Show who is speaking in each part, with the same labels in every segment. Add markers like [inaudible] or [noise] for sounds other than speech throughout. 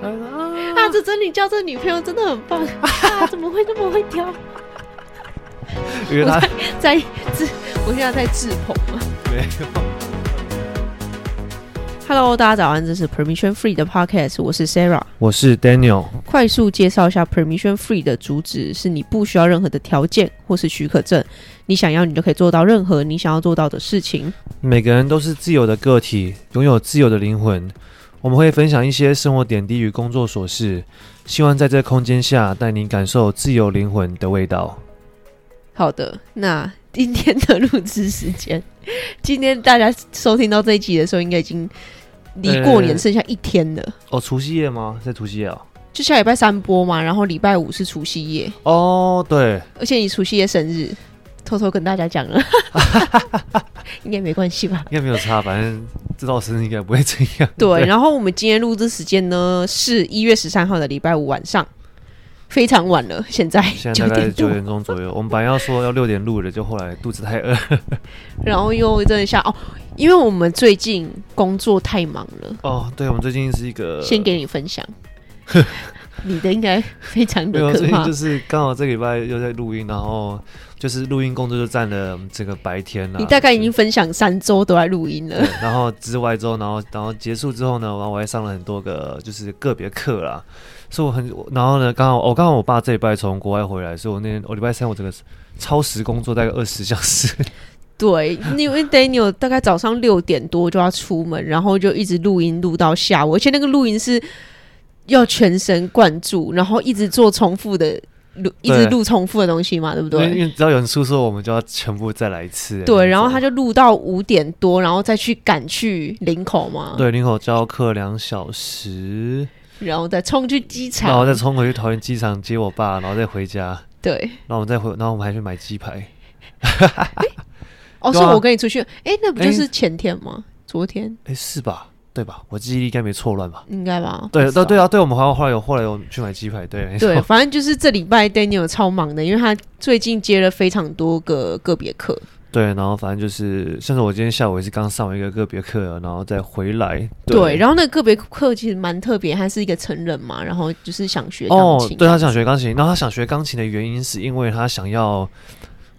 Speaker 1: 然后说啊，
Speaker 2: 啊，这真理教这女朋友真的很
Speaker 1: [laughs]
Speaker 2: 棒啊！怎么会那么会挑？
Speaker 1: 因为他
Speaker 2: 在自，我现在在自捧嘛。
Speaker 1: 没有。
Speaker 2: Hello，大家早安，这是 Permission Free 的 Podcast，我是 Sarah。
Speaker 1: 我是 Daniel，
Speaker 2: 快速介绍一下 Permission Free 的主旨是：你不需要任何的条件或是许可证，你想要你就可以做到任何你想要做到的事情。
Speaker 1: 每个人都是自由的个体，拥有自由的灵魂。我们会分享一些生活点滴与工作琐事，希望在这空间下带您感受自由灵魂的味道。
Speaker 2: 好的，那今
Speaker 1: 嗯
Speaker 2: 天的录制时间， [laughs] 今天大家收听到这一集的时候，应该已经离过年
Speaker 1: 呃
Speaker 2: 剩下一天了，
Speaker 1: 哦，除夕夜吗？在除夕夜哦。
Speaker 2: 就下礼拜三播嘛，然后礼拜五是除夕夜，
Speaker 1: 哦，对，
Speaker 2: 而且你除夕夜生日，偷偷跟大家讲了， [laughs] 应该没关系
Speaker 1: [laughs]
Speaker 2: 吧？
Speaker 1: 应该没有差，反正知道生日应该不会这
Speaker 2: [laughs]
Speaker 1: 样。
Speaker 2: 对，然后我们今天录制时间呢是一月十三号的礼拜五晚上，非常晚了，现在
Speaker 1: 现在
Speaker 2: 九
Speaker 1: 大概
Speaker 2: 点
Speaker 1: 九
Speaker 2: 多，
Speaker 1: 点钟左右，我们本来要说要六点录的，就后来肚子太饿。
Speaker 2: 然后又真的下哦，因为我们最近工作太忙了，
Speaker 1: 哦，对，我们最近是一个
Speaker 2: 先给你
Speaker 1: [laughs]
Speaker 2: 分享，你的应该非常
Speaker 1: 没
Speaker 2: 的
Speaker 1: 有，
Speaker 2: 可
Speaker 1: 最近
Speaker 2: 怕
Speaker 1: 就，是刚好这个礼拜又在录音，然后就是录音工作就占了整个白天了、
Speaker 2: 你大概已经分享三周都在录音
Speaker 1: 对
Speaker 2: 了，
Speaker 1: 然后之外之后，然后然后结束之后呢，然后我还上了很多个就是个别课啦，所以我很我然后呢，刚好我、刚好我爸这礼拜从国外回来，所以我那天我礼拜三我这个超时工作大概二十小时，
Speaker 2: 对，因为 Daniel 大概早上六点多就要出门，然后就一直录音录到下午，而且那个录音是要全神贯注，然后一直做重复的录，一直录重复的东西嘛， [laughs] 对不
Speaker 1: 因为因
Speaker 2: 对？
Speaker 1: 为只要有人出错，我们就要全部再来一次。欸
Speaker 2: 对，然后他
Speaker 1: 就
Speaker 2: 就录到五点多，然后再去赶去林口嘛，，
Speaker 1: 对林口教课两小时，
Speaker 2: 然后再冲去机
Speaker 1: 然后
Speaker 2: 场，
Speaker 1: 再冲回去桃园机场接我爸，然后再回家，
Speaker 2: 对，
Speaker 1: 然后我们再回，然后我们还去买鸡排。
Speaker 2: 哦，
Speaker 1: 对
Speaker 2: 所
Speaker 1: 啊
Speaker 2: 以我跟你出去，哎，那不就
Speaker 1: 诶
Speaker 2: 是前天吗？昨天
Speaker 1: 哎，是吧？对吧？我记忆力应该没错乱吧？
Speaker 2: 应该吧？
Speaker 1: 对，
Speaker 2: 对
Speaker 1: 对对啊，对，我们后来后来有后来有去买鸡排，对，没错，
Speaker 2: 对，反正就是这礼拜 Daniel 超忙的，因为他最近接了非常多个个别课，
Speaker 1: 对，然后反正就是，像是我今天下午也是刚上完一个个别课，然后再回来，
Speaker 2: 对，然后那个个别课其实蛮特别，他是一个成人嘛，然后就是想学钢
Speaker 1: 哦
Speaker 2: 琴，，啊
Speaker 1: 对他想学钢琴，然后他想学钢琴的原因是因为他想要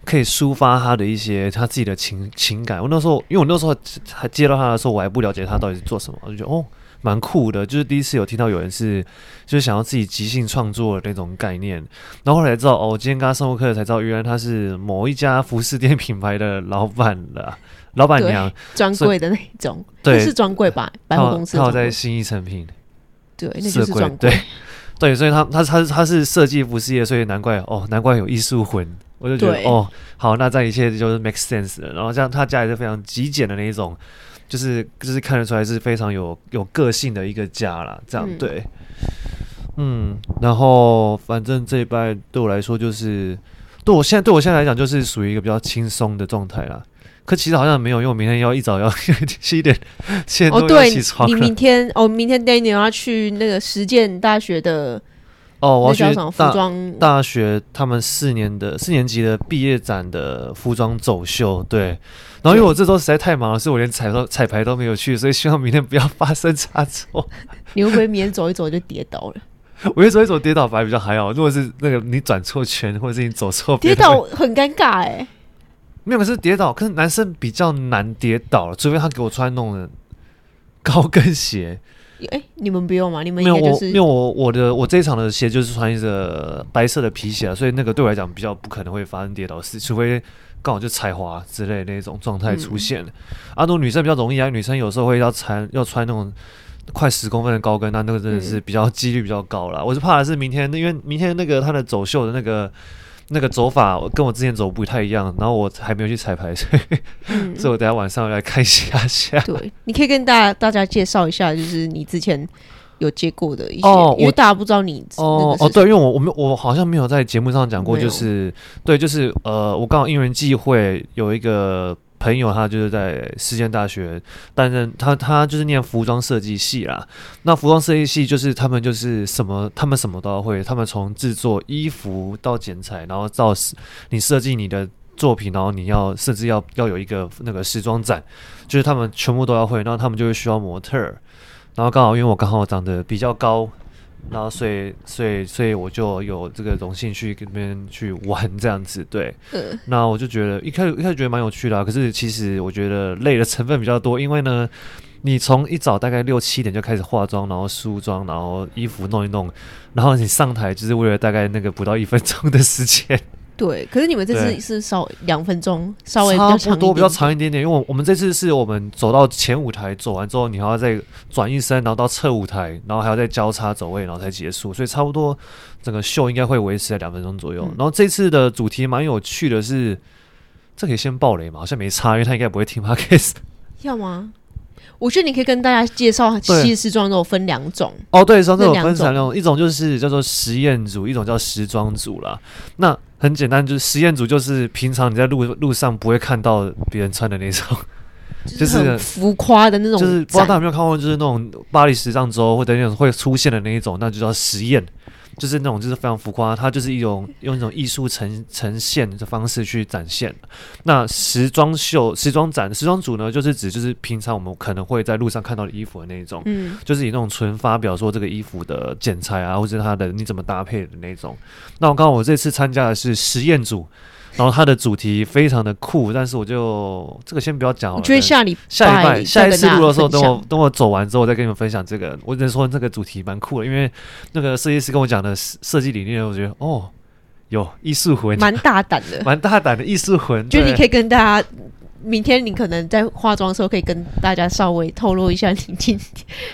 Speaker 1: 可以抒发他的一些他自己的情情感。我那时候，因为我那时候还接到他的时候，我还不了解他到底是做什么，我就觉得哦，蛮酷的，就是第一次有听到有人是就是想要自己即兴创作的那种概念。然后后来知道哦，我今天跟他上过课才知道，原来他是某一家服饰店 [laughs] 品牌的老板了，老板
Speaker 2: 对
Speaker 1: 娘。
Speaker 2: 专柜的那一种，
Speaker 1: 对
Speaker 2: 那是专柜吧，百
Speaker 1: 他
Speaker 2: 货
Speaker 1: 有
Speaker 2: 公司
Speaker 1: 他
Speaker 2: 的
Speaker 1: 有
Speaker 2: 专
Speaker 1: 在
Speaker 2: 柜，
Speaker 1: 新一成品。
Speaker 2: 对，那
Speaker 1: 色
Speaker 2: 就是
Speaker 1: 鬼
Speaker 2: 专
Speaker 1: 对，对，所以他他他他是设计服饰业，所以难怪哦，难怪有艺术魂。我就觉
Speaker 2: 对
Speaker 1: 得哦，好，那这样一切就是 make sense 了。然后像他家也是非常极简的那一种，就是就是看得出来是非常有有个性的一个家啦。这样、
Speaker 2: 嗯
Speaker 1: 对，嗯，然后反正这一拜对我来说就是对我现在对我现在来讲就是属于一个比较轻松的状态啦。可其实好像没有，因为我明天要一早要 [laughs] 七点七点
Speaker 2: 哦，
Speaker 1: 多要
Speaker 2: 对
Speaker 1: 起床
Speaker 2: 你
Speaker 1: 了。
Speaker 2: 明天哦，明天 Daniel 要去那个实践大学的
Speaker 1: 哦，我
Speaker 2: 那
Speaker 1: 要
Speaker 2: 叫
Speaker 1: 去
Speaker 2: 什么服
Speaker 1: 大
Speaker 2: 装
Speaker 1: 大学他们四年的四年级的毕业展的服装走秀，对。然后因为我这周实在太忙了，所以我连彩都彩排都没有去，所以希望明天不要发生差错。 [laughs]
Speaker 2: 你会不会明天走一走就跌倒了？
Speaker 1: 我越走一走跌倒反而比较还好，如果是那个你转错圈或者是你走错
Speaker 2: 跌
Speaker 1: 边
Speaker 2: 倒很尴尬哎、
Speaker 1: 没有，可是跌倒，可是男生比较难跌倒，除非他给我穿那种高跟鞋。
Speaker 2: 哎、你们不用嘛，你们
Speaker 1: 没
Speaker 2: 应
Speaker 1: 有
Speaker 2: 该就
Speaker 1: 我，没
Speaker 2: 是
Speaker 1: 有我，我的我这一场的鞋就是穿一个白色的皮鞋啊，所以那个对我来讲比较不可能会发生跌倒的事，除非刚好就踩滑之类的那种状态出现。啊，那种女生比较容易啊，女生有时候会要穿要穿那种快十公分的高跟，那那个真的是比较几率比较高啦。我是怕的是明天，因为明天那个他的走秀的那个。那个走法跟我之前走不太一样，然后我还没有去彩排，所以、
Speaker 2: 嗯
Speaker 1: 所以我等一下晚上来看一下 [laughs] 下。
Speaker 2: 对，你可以跟大家大家介绍一下，就是你之前有接过的一些，
Speaker 1: 哦
Speaker 2: 因为
Speaker 1: 我
Speaker 2: 大家不知道你
Speaker 1: 哦
Speaker 2: 那个
Speaker 1: 哦，
Speaker 2: 是
Speaker 1: 对，因为我我没有我好像没有在节目上讲过，
Speaker 2: 没有
Speaker 1: 就是对，就是呃，我刚好因缘际会有一个朋友，他就是在实践大学担任他他就是念服装设计系啦。那服装设计系就是他们就是什么他们什么都要会，他们从制作衣服到剪裁，然后到你设计你的。作品，然后你要甚至要要有一个那个时装展，就是他们全部都要会，然后他们就会需要模特儿，然后刚好因为我刚好长得比较高，然后所以所以所以我就有这个荣幸去跟边去玩这样子，对。
Speaker 2: 嗯
Speaker 1: 那我就觉得一开始一开始觉得蛮有趣的、啊，可是其实我觉得累的成分比较多，因为呢，你从一早大概六七点就开始化妆，然后梳妆，然后衣服弄一弄，然后你上台就是为了大概那个不到一分钟的时间，
Speaker 2: 对。可是你们这次
Speaker 1: 对
Speaker 2: 是稍两分钟，稍微比较
Speaker 1: 差不
Speaker 2: 长一
Speaker 1: 多
Speaker 2: 点
Speaker 1: 比较长一点点，因为我我们这次是我们走到前舞台，走完之后你还要再转一身，然后到侧舞台，然后还要再交叉走位，然后才结束，所以差不多整个秀应该会维持在两分钟左右。
Speaker 2: 嗯
Speaker 1: 然后这次的主题蛮有趣的是，这可以先爆雷嘛？好像没差，因为他应该不会
Speaker 2: [laughs]
Speaker 1: 听 podcast。
Speaker 2: 要吗？我觉得你可以跟大家介绍
Speaker 1: 对
Speaker 2: 西式妆肉分两种，
Speaker 1: 哦，对，上次
Speaker 2: 那
Speaker 1: 有
Speaker 2: 两
Speaker 1: 分成
Speaker 2: 种
Speaker 1: 两种，一种就是叫做实验组，一种叫时装组啦。那很简单，就是实验组就是平常你在路路上不会看到别人穿的那种，就是
Speaker 2: 很浮夸的那种
Speaker 1: 就
Speaker 2: 展，
Speaker 1: 是不知道大家有没有看过，就是那种巴黎时尚周或者那种会出现的那一种，那就叫实验，就是那种就是非常浮夸，它就是一种用一种艺术呈呈现的方式去展现。那时装秀、时装展、时装组呢，就是指就是平常我们可能会在路上看到的衣服的那一种。
Speaker 2: 嗯，
Speaker 1: 就是以那种纯发表说这个衣服的剪裁啊，或者它的你怎么搭配的那种。那我刚好我这次参加的是实验组，然后它的主题非常的酷，但是我就这个先不要讲好
Speaker 2: 我
Speaker 1: 了。
Speaker 2: 觉得下礼
Speaker 1: 下一拜
Speaker 2: 拜
Speaker 1: 下一
Speaker 2: 再
Speaker 1: 次
Speaker 2: 跟大
Speaker 1: 录
Speaker 2: 家
Speaker 1: 的时候，等
Speaker 2: 分
Speaker 1: 我
Speaker 2: 享
Speaker 1: 等我走完之后，我再跟你们分享这个。我只能说这个主题蛮酷的，因为那个设计师跟我讲的设设计理念，我觉得哦，有艺术魂，
Speaker 2: 蛮大胆
Speaker 1: [laughs]
Speaker 2: 的，
Speaker 1: 蛮大胆的艺术魂。
Speaker 2: 就
Speaker 1: 对
Speaker 2: 你可以跟大家，明天你可能在化妆的时候可以跟大家稍微透露一下你今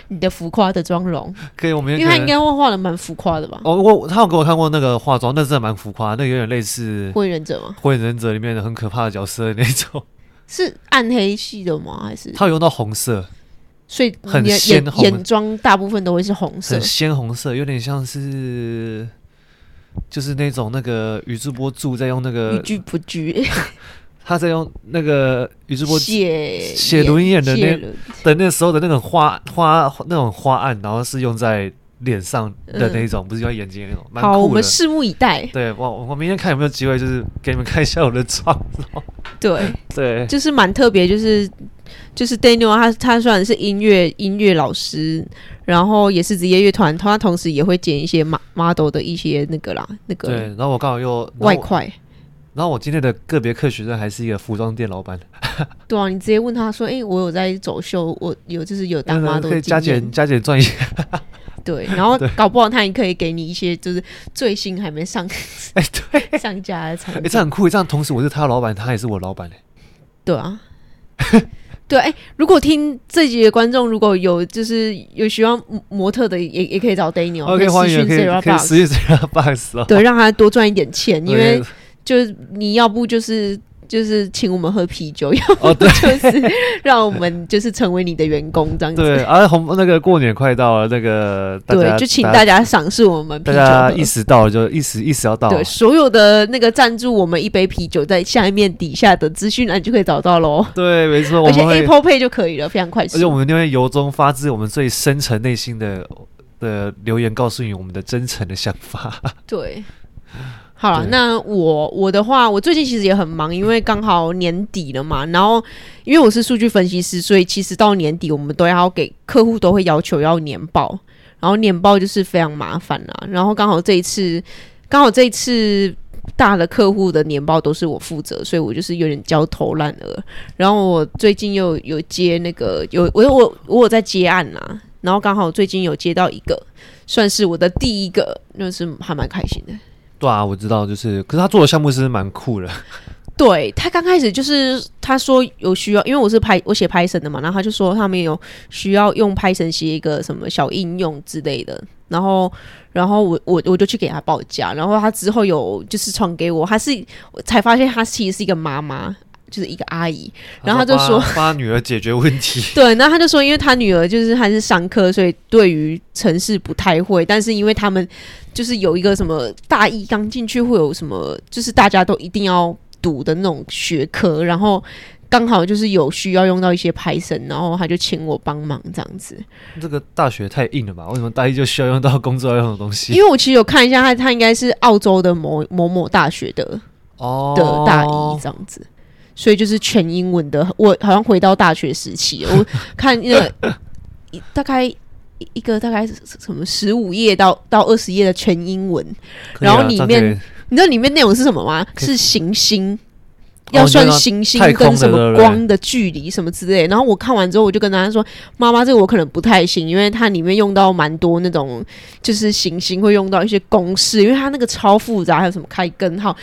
Speaker 2: 你的浮夸的妆容，
Speaker 1: 可以，我们
Speaker 2: 因
Speaker 1: 也
Speaker 2: 为
Speaker 1: 可
Speaker 2: 他
Speaker 1: 能
Speaker 2: 应该会画的蛮浮夸的吧？
Speaker 1: 哦，我他有给我看过那个化妆，那真的蛮浮夸，那个有点类似
Speaker 2: 火影忍者吗？
Speaker 1: 《火影忍者》里面的很可怕的角色的那
Speaker 2: [laughs]
Speaker 1: 种，
Speaker 2: 是暗黑系的吗？还是
Speaker 1: 它有用到红色，
Speaker 2: 所以你
Speaker 1: 很
Speaker 2: 的
Speaker 1: 鲜
Speaker 2: 眼
Speaker 1: 红
Speaker 2: 眼妆大部分都会是红色
Speaker 1: 很？鲜红色，有点像是就是那种那个宇智波柱在用那
Speaker 2: 一
Speaker 1: 个
Speaker 2: 句不拘，
Speaker 1: 他在用那个宇
Speaker 2: [laughs]
Speaker 1: 智波
Speaker 2: 写
Speaker 1: 写轮眼的那
Speaker 2: 写轮
Speaker 1: 的那时候的那种花花那种花案，然后是用在脸上的那种，不是用在眼睛的那种，蛮
Speaker 2: 嗯好，我
Speaker 1: 酷的
Speaker 2: 们。拭目以
Speaker 1: [laughs]
Speaker 2: 待。
Speaker 1: 对，我我明天看有没有机会，就是给你们看一下我的妆容。
Speaker 2: [laughs] 对，
Speaker 1: 对，
Speaker 2: 就是蛮特别，就是就是 Daniel 啊他他虽然是音乐音乐老师，然后也是职业乐团，他同时也会剪一些 mo- model 的一些那个啦，那
Speaker 1: 对，
Speaker 2: 个
Speaker 1: 然后我刚好又然后
Speaker 2: 外
Speaker 1: 我
Speaker 2: 快。
Speaker 1: 然后我今天的个别课学生还是一个服装店老板，
Speaker 2: 对啊，你直接问他说：“哎、我有在走秀，我有就是有当
Speaker 1: 嗯
Speaker 2: model
Speaker 1: 可以
Speaker 2: 的
Speaker 1: 加
Speaker 2: 经验
Speaker 1: 减加减赚一
Speaker 2: 对，然后
Speaker 1: 对
Speaker 2: 搞不好他也可以给你一些就是最新还没上
Speaker 1: [laughs]
Speaker 2: [laughs]
Speaker 1: 哎，对，
Speaker 2: 上架的产
Speaker 1: 哎、
Speaker 2: 品。
Speaker 1: 这样很酷，这样同时我是他的老板，他也是我老板嘞、
Speaker 2: 对啊， [laughs] 对，哎、如果听这集的观众如果有就是有喜欢模模特的，也也可以找 Daniel，
Speaker 1: 欸 OK，欢迎，可
Speaker 2: 哦可以
Speaker 1: 以
Speaker 2: 私讯 Sarah
Speaker 1: 可以实
Speaker 2: Box
Speaker 1: 验 Sarah Box 哦。
Speaker 2: 对，让他多赚一点钱，因为
Speaker 1: 对
Speaker 2: 就是你要不就是就是请我们喝啤酒， [laughs] 要
Speaker 1: 哦
Speaker 2: 不就是让我们就是成为你的员工这样子。
Speaker 1: 对，啊红那个过年快到了，那个大
Speaker 2: 对
Speaker 1: 家
Speaker 2: 就请
Speaker 1: 大
Speaker 2: 大家赏识我们
Speaker 1: 大
Speaker 2: 啤酒
Speaker 1: 家
Speaker 2: 盒
Speaker 1: 意。识到了就意识意识要到啊了
Speaker 2: 对，所有的那个赞助我们一杯啤酒，在下面底下的资讯栏就可以找到喽，
Speaker 1: 对，没错，我
Speaker 2: 而且
Speaker 1: 们会，
Speaker 2: Apple Pay 就可以了，非常快
Speaker 1: 而且我
Speaker 2: 速。
Speaker 1: 们就会由衷发自我们最深层内心的的留言，告诉你我们的真诚的想法。
Speaker 2: 对，好了，
Speaker 1: 对
Speaker 2: 那我我的话，我最近其实也很忙，因为刚好年底了嘛，然后因为我是数据分析师，所以其实到年底我们都要给客户都会要求要年报，然后年报就是非常麻烦啦。然后刚好这一次，刚好这一次大的客户的年报都是我负责，所以我就是有点焦头烂额。然后我最近又有接那个有我有我我有在接案啦，然后刚好最近有接到一个，算是我的第一个，就是还蛮开心的。
Speaker 1: [laughs] 对啊，我知道，就是，可是他做的项目是蛮酷
Speaker 2: [laughs]
Speaker 1: 的，
Speaker 2: 对他刚开始就是他说有需要，因为我是拍我写 Python 的嘛，然后他就说他们有需要用 Python 写一个什么小应用之类的，然后然后我我我就去给他报价，然后他之后有就是传给我，他是我才发现他其实是一个妈妈，就是一个阿姨，然后他就说
Speaker 1: 帮帮女儿解决问
Speaker 2: [laughs]
Speaker 1: 题，
Speaker 2: 对，然后他就说，因为他女儿就是还是商科，所以对于城市不太会。但是因为他们就是有一个什么大一刚进去会有什么，就是大家都一定要读的那种学科，然后刚好就是有需要用到一些 Python，然后他就请我帮忙这样子。
Speaker 1: 这个大学太硬了吧？为什么大一就需要用到工作要用的东西？
Speaker 2: 因为我其实有看一下他，他应该是澳洲的某某某大学的
Speaker 1: 哦
Speaker 2: 的大一这样子，所以就是全英文的。我好像回到大学时期，我看那个一大概一一个大概是什么十五页到到二十页的全英文，
Speaker 1: 可以啊
Speaker 2: 然后里
Speaker 1: 这样
Speaker 2: 面
Speaker 1: 可以
Speaker 2: 你知道里面内容是什么吗？
Speaker 1: 可以
Speaker 2: 是行星，
Speaker 1: 哦
Speaker 2: 要算
Speaker 1: 你说
Speaker 2: 行星
Speaker 1: 太空
Speaker 2: 跟
Speaker 1: 的对
Speaker 2: 什么
Speaker 1: 不对
Speaker 2: 光的距离什么之类。然后我看完之后，我就跟大家说：“妈妈，这个我可能不太行，因为它里面用到蛮多那种就是行星会用到一些公式，因为它那个超复杂，还有什么开根号。”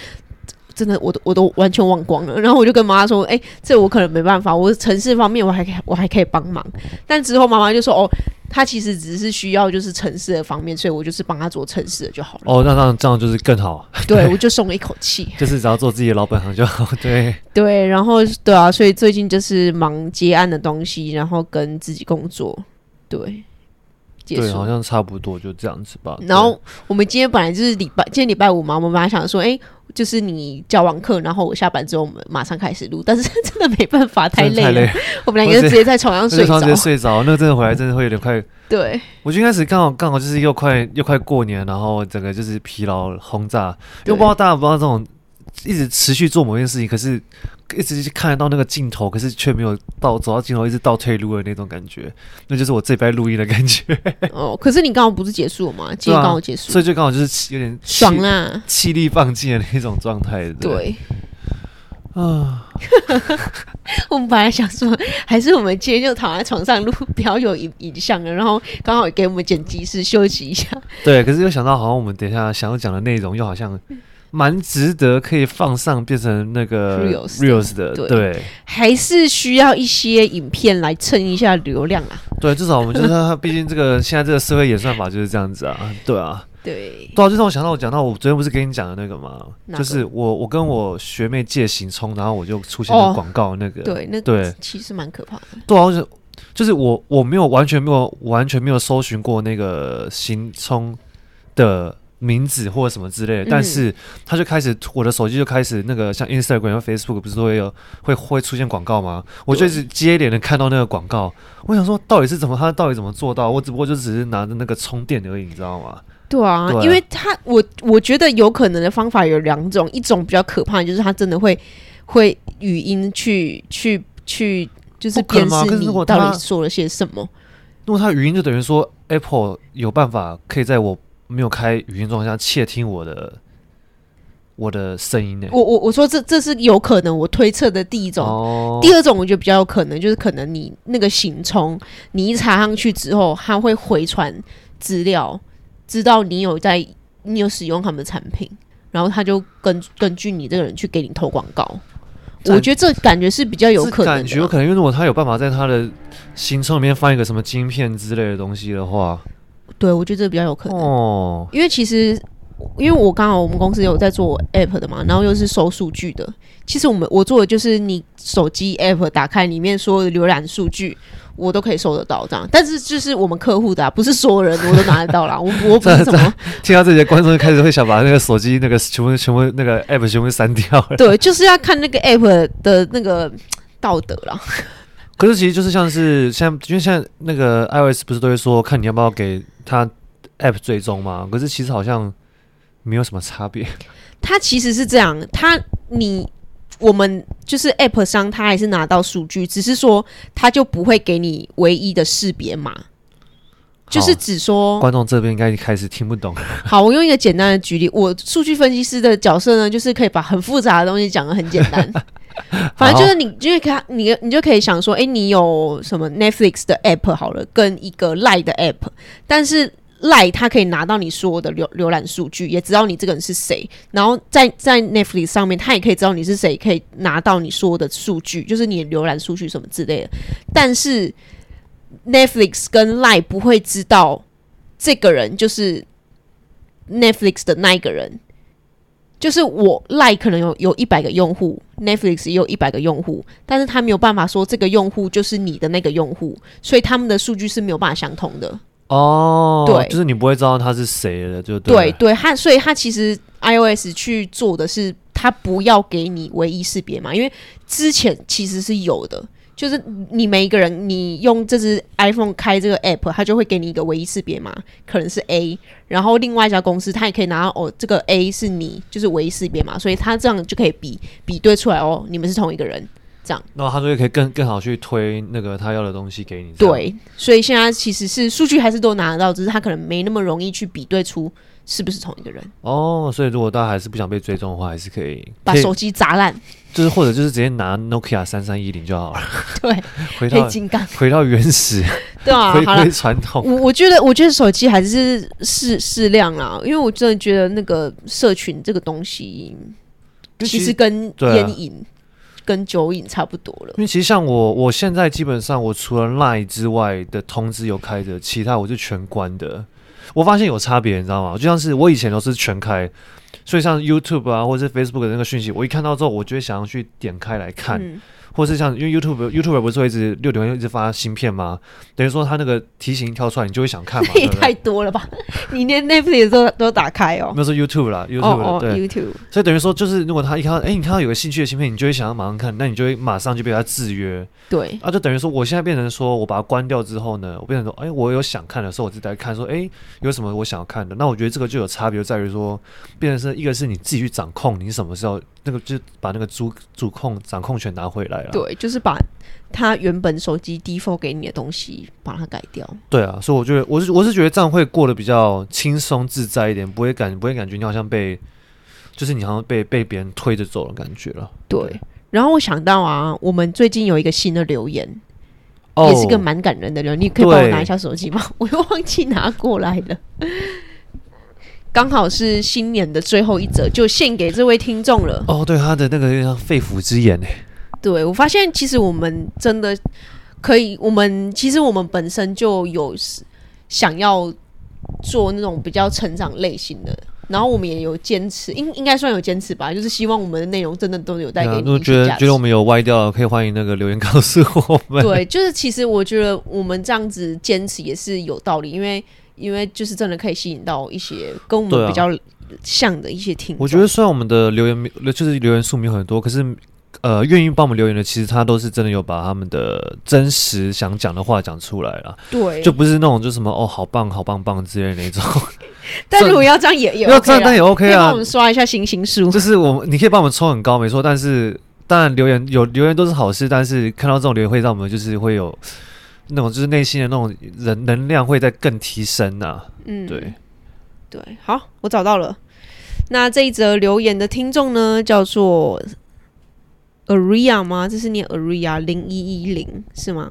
Speaker 2: 真的，我都我都完全忘光了。然后我就跟妈妈说：“哎、这我可能没办法，我城市方面我还可以我还可以帮忙。”但之后妈妈就说：“哦，她其实只是需要就是城市的方面，所以我就是帮她做城市的就好了。”
Speaker 1: 哦，那那这样就是更好，
Speaker 2: 对，我就松了一口气。
Speaker 1: 就是只要做自己的老本行就好。对，
Speaker 2: 对，然后对啊，所以最近就是忙接案的东西，然后跟自己工作，对，结
Speaker 1: 对，
Speaker 2: 束
Speaker 1: 好。像差不多就这样子吧。对
Speaker 2: 然后我们今天本来就是礼拜，今天礼拜五嘛，我们本来想说，哎、就是你教完课，然后我下班之后，我们马上开始录，但是真的没办法，太
Speaker 1: 真的
Speaker 2: 累
Speaker 1: 太
Speaker 2: 了，
Speaker 1: 累了，
Speaker 2: 我们两个
Speaker 1: 我
Speaker 2: 就
Speaker 1: 直
Speaker 2: 直接在床
Speaker 1: 那
Speaker 2: 上睡
Speaker 1: 常
Speaker 2: 着嗯
Speaker 1: 直。接睡着，那个真的回来真的会有点快。
Speaker 2: 对，
Speaker 1: 我就一开始刚好刚好就是又快又快过年，然后整个就是疲劳轰炸，
Speaker 2: 对
Speaker 1: 又不知道大家有不知道这种一直持续做某件事情，可是一直看得到那个尽头，可是却没有到走到尽头，一直到退路的那种感觉，那就是我这边录音的感觉，
Speaker 2: 哦，可是你刚好不是结束了吗？今天刚好结束，
Speaker 1: [laughs] 啊所以就刚好就是气有点气
Speaker 2: 爽啦！
Speaker 1: 气力放尽的那种状态。
Speaker 2: 对，
Speaker 1: 啊，
Speaker 2: [laughs] 我们本来想说，还是我们今天就躺在床上录， [laughs] 不要有影影像了，然后刚好也给我们剪辑师休息一下。 [laughs]
Speaker 1: 对，可是又想到好像我们等一下想要讲的内容，又好像蛮值得可以放上变成那个
Speaker 2: Reels 的
Speaker 1: reels 的，
Speaker 2: 对
Speaker 1: 对。
Speaker 2: 还是需要一些影片来蹭一下流量啊。
Speaker 1: 对，至少我们就是他，毕竟这个现在这个社会演算法就是这样子啊，对啊，
Speaker 2: 对，
Speaker 1: 对啊，就让我想到我讲到我昨天不是跟你讲的那个吗？
Speaker 2: 哪个
Speaker 1: 就是我我跟我学妹借行充，然后我就出现了
Speaker 2: 哦
Speaker 1: 广告那个，
Speaker 2: 对，那
Speaker 1: 对
Speaker 2: 其实蛮可怕的。
Speaker 1: 对啊，就是就是我我没有完全没有完全没有搜寻过那个行充的名字或者什么之类的，
Speaker 2: 嗯
Speaker 1: 但是他就开始我的手机就开始那个像 Instagram 和 Facebook 不是都会有会会出现广告吗？我就
Speaker 2: 对
Speaker 1: 一直接连的看到那个广告，我想说到底是怎么他到底怎么做到？我只不过就只是拿着那个充电而已，你知道吗？
Speaker 2: 对啊，
Speaker 1: 对啊
Speaker 2: 因为他我我觉得有可能的方法有两种，一种比较可怕，就是他真的会会语音去去去，就是
Speaker 1: 不可
Speaker 2: 辨
Speaker 1: 能吗啊
Speaker 2: 识
Speaker 1: 可是
Speaker 2: 你
Speaker 1: 如果他
Speaker 2: 到底说了些什么。
Speaker 1: 那么他语音就等于说 Apple 有办法可以在我没有开语音状况下窃听我的我的声音呢、
Speaker 2: 我我我说这这是有可能，我推测的第一种。
Speaker 1: 哦
Speaker 2: 第二种我觉得比较有可能，就是可能你那个行充，你一查上去之后，它会回传资料，知道你有在你有使用他们的产品，然后他就根根据你这个人去给你投广告。
Speaker 1: 这
Speaker 2: 我觉得这感觉是比较有
Speaker 1: 是
Speaker 2: 可能
Speaker 1: 感觉有
Speaker 2: 的。
Speaker 1: 可能，因为如果他有办法在他的行程里面放一个什么晶片之类的东西的话，
Speaker 2: 对，我觉得这比较有可能，
Speaker 1: 哦，
Speaker 2: 因为其实。因为我刚好我们公司有在做 app 的嘛，然后又是收数据的。其实我们我做的就是你手机 app 打开里面所有的浏览数据，我都可以收得到这样。但是就是我们客户的、啊，不是所有人我都拿得到啦。我我不是什么
Speaker 1: 听到这些观众就开始会想把那个手机那个全部全部那个 app 全部删掉了。
Speaker 2: 对，就是要看那个 app 的那个道德啦。
Speaker 1: 可是其实就是像是现在，因为现在那个 iOS 不是都会说看你要不要给他 app 追踪吗？可是其实好像没有什么差别。
Speaker 2: 哦它其实是这样，它你我们就是 app 商，它还是拿到数据，只是说它就不会给你唯一的识别码，就是
Speaker 1: 好
Speaker 2: 只说
Speaker 1: 观众这边应该开始听不
Speaker 2: [laughs]
Speaker 1: 懂了。
Speaker 2: 好，我用一个简单的举例，我数据分析师的角色呢，就是可以把很复杂的东西讲得很简单。反正就是你，因为他你你就可以想说，哎、你有什么 Netflix 的 app 好了，跟一个 Line 的 app，但是 Line 它可以拿到你所有的浏浏览数据，也知道你这个人是谁，然后在在 Netflix 上面，它也可以知道你是谁，可以拿到你说的数据，就是你的浏览数据什么之类的。但是 Netflix 跟 Line 不会知道这个人就是 Netflix 的那一个人，就是我 Line 可能有有一百个用户，Netflix 也有一百个用户，但是他没有办法说这个用户就是你的那个用户，所以他们的数据是没有办法相同的。
Speaker 1: 哦，
Speaker 2: 对
Speaker 1: 就是你不会知道他是谁了，就对
Speaker 2: 对
Speaker 1: 了。
Speaker 2: 对，他所以他其实 iOS 去做的是，他不要给你唯一识别嘛，因为之前其实是有的。就是你每一个人，你用这只 iPhone 开这个 app，它就会给你一个唯一识别码，可能是 A，然后另外一家公司它也可以拿到哦，这个 A 是你，就是唯一识别码，所以它这样就可以比比对出来哦，你们是同一个人，这样。
Speaker 1: 那他就可以更更好去推那个他要的东西给你。这样，
Speaker 2: 对，所以现在其实是数据还是都拿得到，只是他可能没那么容易去比对出是不是同一个人。
Speaker 1: 哦，所以如果大家还是不想被追踪的话，还是可以
Speaker 2: 把
Speaker 1: 可以
Speaker 2: 手机砸烂，
Speaker 1: 就是或者就是直接拿 Nokia 三三一零就好了，
Speaker 2: [laughs] 对，
Speaker 1: 回
Speaker 2: 黑
Speaker 1: 到
Speaker 2: 金刚，
Speaker 1: 回到原始，
Speaker 2: 对 [laughs] 啊，
Speaker 1: 回
Speaker 2: 好了
Speaker 1: 归，传统。
Speaker 2: 我我觉得，我觉得手机还是适适量啦，因为我真的觉得那个社群这个东西，
Speaker 1: 就
Speaker 2: 其实跟
Speaker 1: 对啊
Speaker 2: 烟瘾、跟酒瘾差不多了
Speaker 1: 因。为其实像我，我现在基本上我除了 Line 之外的通知有开着，其他我是全关的。我发现有差别，你知道吗？就像是我以前都是全开，所以像 YouTube 啊，或者是 Facebook 的那个讯息，我一看到之后，我就会想要去点开来看，
Speaker 2: 嗯，
Speaker 1: 或是像因为 YouTube YouTube 不是会一直六点会一直发新片吗？等于说它那个提醒跳出来，你就会想看嘛。
Speaker 2: [laughs] 这也
Speaker 1: 对不对
Speaker 2: 太多了吧？你连 Netflix 都都打开哦。
Speaker 1: 没有说 YouTube 啦，YouTube
Speaker 2: 哦哦
Speaker 1: 对，
Speaker 2: ，YouTube，
Speaker 1: 所以等于说就是如果他一看到，哎，你看到有个兴趣的新片，你就会想要马上看，那你就会马上就被他制约。
Speaker 2: 对，
Speaker 1: 啊，就等于说我现在变成说我把它关掉之后呢，我变成说，哎、我有想看的时候，我自己在看说，哎、有什么我想要看的？那我觉得这个就有差别，就在于说，变成是一个是你自己去掌控，你什么时候那个就是把那个主主控掌控权拿回来了。
Speaker 2: 对，就是把它原本手机 default 给你的东西把它改掉。
Speaker 1: 对啊，所以我觉得我是我是觉得这样会过得比较轻松自在一点，不会感不会感觉你好像被就是你好像被被别人推着走的感觉了。
Speaker 2: 对，然后我想到啊，我们最近有一个新的留言，
Speaker 1: 哦
Speaker 2: 也是个蛮感人的人。你可以帮我
Speaker 1: 对
Speaker 2: 拿一下手机吗？ [laughs] 我又忘记拿过来了。刚好是新年的最后一则，就献给这位听众了。
Speaker 1: 哦，对他的那个有点像肺腑之言呢。欸
Speaker 2: 对我发现，其实我们真的可以，我们其实我们本身就有想要做那种比较成长类型的。然后我们也有坚持，应应该算有坚持吧，就是希望我们的内容真的都有带
Speaker 1: 对
Speaker 2: 给
Speaker 1: 啊
Speaker 2: 你
Speaker 1: 如果
Speaker 2: 一
Speaker 1: 觉
Speaker 2: 些
Speaker 1: 得
Speaker 2: 价值。
Speaker 1: 觉得我们有歪掉了，可以欢迎那个留言告诉我 [laughs] 们。
Speaker 2: 对，就是其实我觉得我们这样子坚持也是有道理，因为因为就是真的可以吸引到一些跟我
Speaker 1: 对
Speaker 2: 们
Speaker 1: 啊
Speaker 2: 比较像的一些听众。
Speaker 1: 我觉得虽然我们的留言没就是留言数没有很多，可是呃，愿意帮我们留言的，其实他都是真的有把他们的真实想讲的话讲出来了，
Speaker 2: 对，
Speaker 1: 就不是那种就什么哦好棒好棒棒之类的那种。
Speaker 2: 但如果要这
Speaker 1: [laughs]
Speaker 2: 样也也
Speaker 1: 要
Speaker 2: OK
Speaker 1: 这样当然
Speaker 2: 啦
Speaker 1: 也 OK
Speaker 2: 可以帮
Speaker 1: 啊
Speaker 2: 我，们刷一下星星 [laughs] 数。
Speaker 1: 就是我们你可以帮我们抽很高没错，但是当然留言有留言都是好事，但是看到这种留言会让我们就是会有那种就是内心的那种人能量会在更提升呐、
Speaker 2: 嗯，
Speaker 1: 对。
Speaker 2: 对，好，我找到了。那这一则留言的听众呢，叫做 Aria 吗？这是念 Aria 零一一零是吗？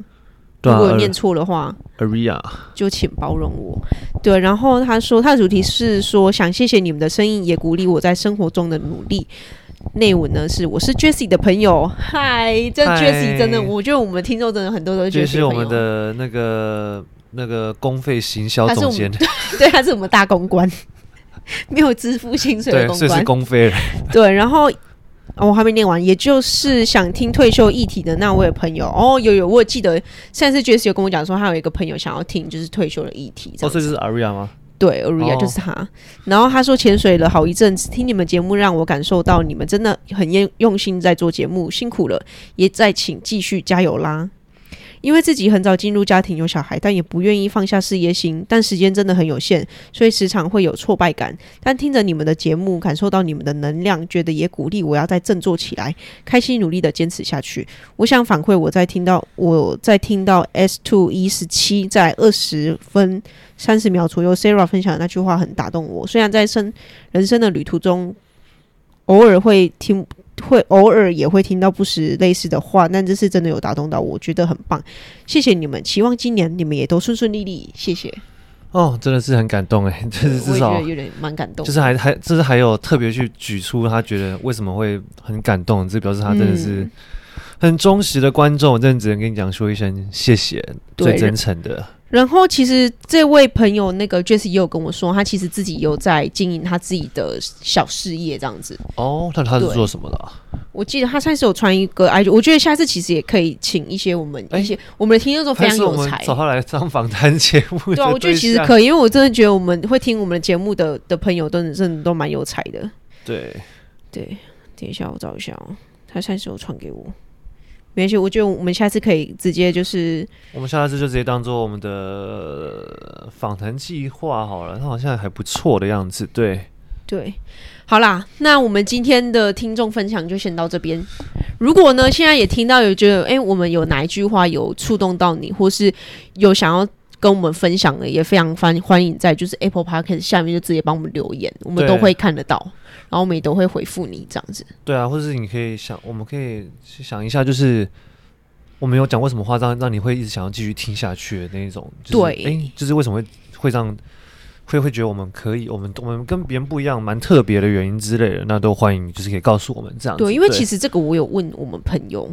Speaker 1: 对啊
Speaker 2: 如果念错的话，
Speaker 1: ，Aria，
Speaker 2: 就请包容我。对，然后他说他的主题是说想谢谢你们的声音，也鼓励我在生活中的努力。内文呢是我是 Jessie 的朋友，嗨，这
Speaker 1: 嗨
Speaker 2: Jessie 真的，我觉得我们听众真的很多都是
Speaker 1: 就
Speaker 2: Jessie
Speaker 1: 是我们
Speaker 2: 朋友，
Speaker 1: 的那个那个公费行销
Speaker 2: 他是
Speaker 1: 总
Speaker 2: 我们
Speaker 1: 监，
Speaker 2: 对，他是我们大公关， [laughs] 没有支付薪水的
Speaker 1: [laughs] 对，
Speaker 2: 公
Speaker 1: 所以是
Speaker 2: 关，
Speaker 1: 公费人。
Speaker 2: 对，然后。哦，我还没念完，也就是想听退休议题的那位朋友哦，有有，我有记得上次 Jessie 有跟我讲说，他有一个朋友想要听就是退休的议题， [laughs]
Speaker 1: 哦，
Speaker 2: 这样
Speaker 1: 所以就是 Aria 吗？
Speaker 2: 对，Aria、
Speaker 1: 哦
Speaker 2: 就是他。然后他说潜水了好一阵子，听你们节目让我感受到你们真的很用用心在做节目，辛苦了，也再请继续加油啦。因为自己很早进入家庭有小孩，但也不愿意放下事业心，但时间真的很有限，所以时常会有挫败感。但听着你们的节目，感受到你们的能量，觉得也鼓励我要再振作起来，开心努力的坚持下去。我想反馈我在听到我在听到 S two 一十七在二十分三十秒左右，Sarah 分享的那句话很打动我。虽然在生人生的旅途中，偶尔会听，会偶尔也会听到不时类似的话，但这次真的有打动到我，我觉得很棒。谢谢你们，期望今年你们也都顺顺利利。谢谢，
Speaker 1: 哦，真的是很感动哎， [laughs] 就是
Speaker 2: 我
Speaker 1: 至
Speaker 2: 也觉
Speaker 1: 少
Speaker 2: 得有点蛮感动
Speaker 1: 就。是还还就是还有特别去举出他觉得为什么会很感动，这表示他真的是
Speaker 2: 嗯
Speaker 1: 很忠实的观众，我真的只能跟你讲说一声谢谢，
Speaker 2: 对
Speaker 1: 最真诚的。
Speaker 2: 然后其实这位朋友那个 Jess 也有跟我说，他其实自己有在经营他自己的小事业这样子。
Speaker 1: 哦，那他是
Speaker 2: 对
Speaker 1: 做什么的啊？
Speaker 2: 我记得他上次有传一个 IG，我觉得下次其实也可以请一些我们
Speaker 1: 哎
Speaker 2: 一些、我们的听众都非
Speaker 1: 还
Speaker 2: 常
Speaker 1: 是我
Speaker 2: 有
Speaker 1: 们
Speaker 2: 才，
Speaker 1: 找他来上访谈节目的
Speaker 2: 对啊，我觉得其实
Speaker 1: 象
Speaker 2: 可以，因为我真的觉得我们会听我们的节目的的朋友都真的真的都蛮有才的。
Speaker 1: 对。
Speaker 2: 对，等一下我找一下哦、他上次有传给我，没关系，我觉得我们下次可以直接就是
Speaker 1: 我们下次就直接当做我们的呃访谈计划好了，它好像还不错的样子。对，
Speaker 2: 对，好啦，那我们今天的听众分享就先到这边。如果呢，现在也听到有觉得，哎、我们有哪一句话有触动到你，或是有想要跟我们分享的，也非常欢欢迎在就是 Apple Podcast 下面就直接帮我们留言，我们
Speaker 1: 对
Speaker 2: 都会看得到，然后我们也都会回复你这样子。
Speaker 1: 对啊，或者是你可以想，我们可以去想一下，就是我们有讲过什么话让让你会一直想要继续听下去的那一种。就是、
Speaker 2: 对
Speaker 1: 哎，就是为什么会会让会会觉得我们可以，我们我们跟别人不一样，蛮特别的原因之类的，那都欢迎，就是可以告诉我们这样子。
Speaker 2: 对，因为其
Speaker 1: 实
Speaker 2: 实这个我有问我们朋友，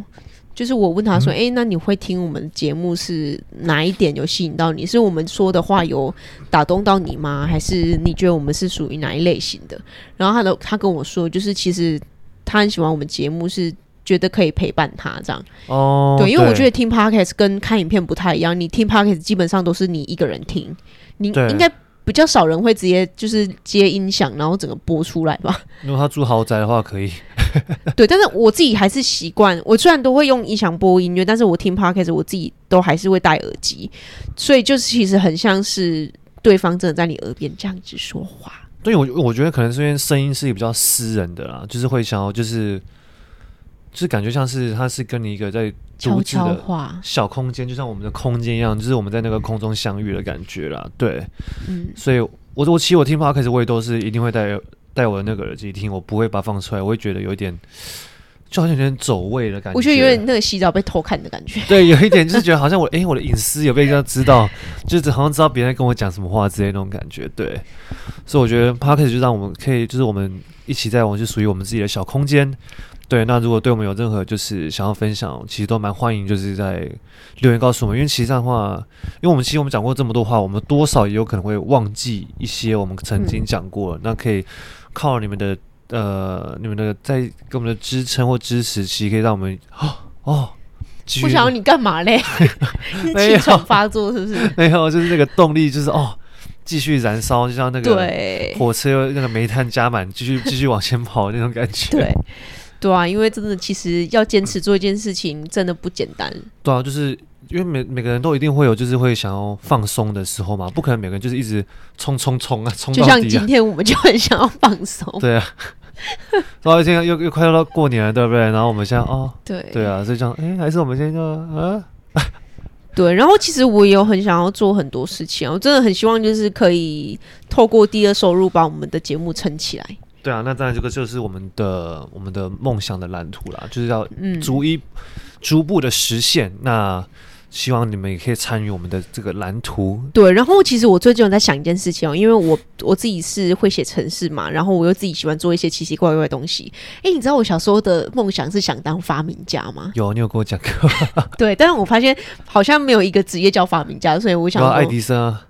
Speaker 2: 就是我问他说：“
Speaker 1: 嗯
Speaker 2: 诶，那你会听我们节目是哪一点有吸引到你？是我们说的话有打动到你吗？还是你觉得我们是属于哪一类型的？”然后他的他跟我说，就是其实他很喜欢我们节目是。觉得可以陪伴他这样，
Speaker 1: 哦，
Speaker 2: 对，因为我觉得听 podcast 跟看影片不太一样，你听 podcast 基本上都是你一个人听，你
Speaker 1: 对
Speaker 2: 应该比较少人会直接就是接音响，然后整个播出来吧。
Speaker 1: 如果他住豪宅的话，可以。
Speaker 2: 对，但是我自己还是习惯，我虽然都会用音响播音乐，但是我听 podcast 我自己都还是会戴耳机，所以就是其实很像是对方真的在你耳边这样子说话。
Speaker 1: 对我我觉得可能是因为声音是比较私人的啦，就是会想要就是就是感觉像是他是跟你一个在独
Speaker 2: 悄
Speaker 1: 自的
Speaker 2: 悄话，
Speaker 1: 小空间，就像我们的空间一样，就是我们在那个空中相遇的感觉啦。对，
Speaker 2: 嗯，
Speaker 1: 所以我我其实我听 podcast 我也都是一定会戴戴我的那个耳机听，我不会把它放出来，我会觉得有一点就好像有点走位的感觉。
Speaker 2: 我觉得有点那个洗澡被偷看的感觉。
Speaker 1: 对，有一点就是觉得好像我诶，我的隐私有被人家知道，就是好像知道别人在跟我讲什么话之类的那种感觉。对，所以我觉得 podcast 就让我们可以，就是我们一起在玩，就属于我们自己的小空间。对，那如果对我们有任何就是想要分享，其实都蛮欢迎，就是在留言告诉我们，因为其实这样的话，因为我们其实我们讲过这么多话，我们多少也有可能会忘记一些我们曾经讲过的，那可以靠你们的呃你们的在给我们的支撑或支持，其实可以让我们哦哦。继续
Speaker 2: 我想要你干嘛
Speaker 1: [laughs]
Speaker 2: 嘞？你
Speaker 1: 没有
Speaker 2: 气喘发作是
Speaker 1: [laughs]
Speaker 2: 不是？ [laughs]
Speaker 1: 没有，就是那个动力，就是哦，继续燃烧，就像那个
Speaker 2: 对
Speaker 1: 火车那个煤炭加满，继续 [laughs] 继续往前跑那种感觉。
Speaker 2: 对对啊，因为真的其实要坚持做一件事情真的不简单。
Speaker 1: 对啊，就是因为每每个人都一定会有，就是会想要放松的时候嘛，不可能每个人就是一直冲冲冲啊，冲
Speaker 2: 就
Speaker 1: 到
Speaker 2: 像
Speaker 1: 底啊
Speaker 2: 今。天我们就很想要放松，
Speaker 1: 对啊，
Speaker 2: [laughs]
Speaker 1: 然后现在又又快要到过年了，对不对？然后我们现在哦，
Speaker 2: 对
Speaker 1: 对啊，所以这样，哎，还是我们现在就啊，
Speaker 2: 对，然后其实我也有很想要做很多事情啊，我真的很希望就是可以透过第二收入把我们的节目撑起来。
Speaker 1: 对啊，那当然这个就是我们的我们的梦想的蓝图啦，就是要
Speaker 2: 嗯，
Speaker 1: 逐一逐步的实现。那希望你们也可以参与我们的这个蓝图。
Speaker 2: 对。然后其实我最近有在想一件事情哦，因为我我自己是会写程式嘛，然后我又自己喜欢做一些奇奇怪怪的东西。哎，你知道我小时候的梦想是想当发明家吗？
Speaker 1: 有，你有跟我讲
Speaker 2: [laughs]
Speaker 1: 过，
Speaker 2: 对，但是我发现好像没有一个职业叫发明家，所以我想
Speaker 1: 然后
Speaker 2: 说，
Speaker 1: 爱迪生啊，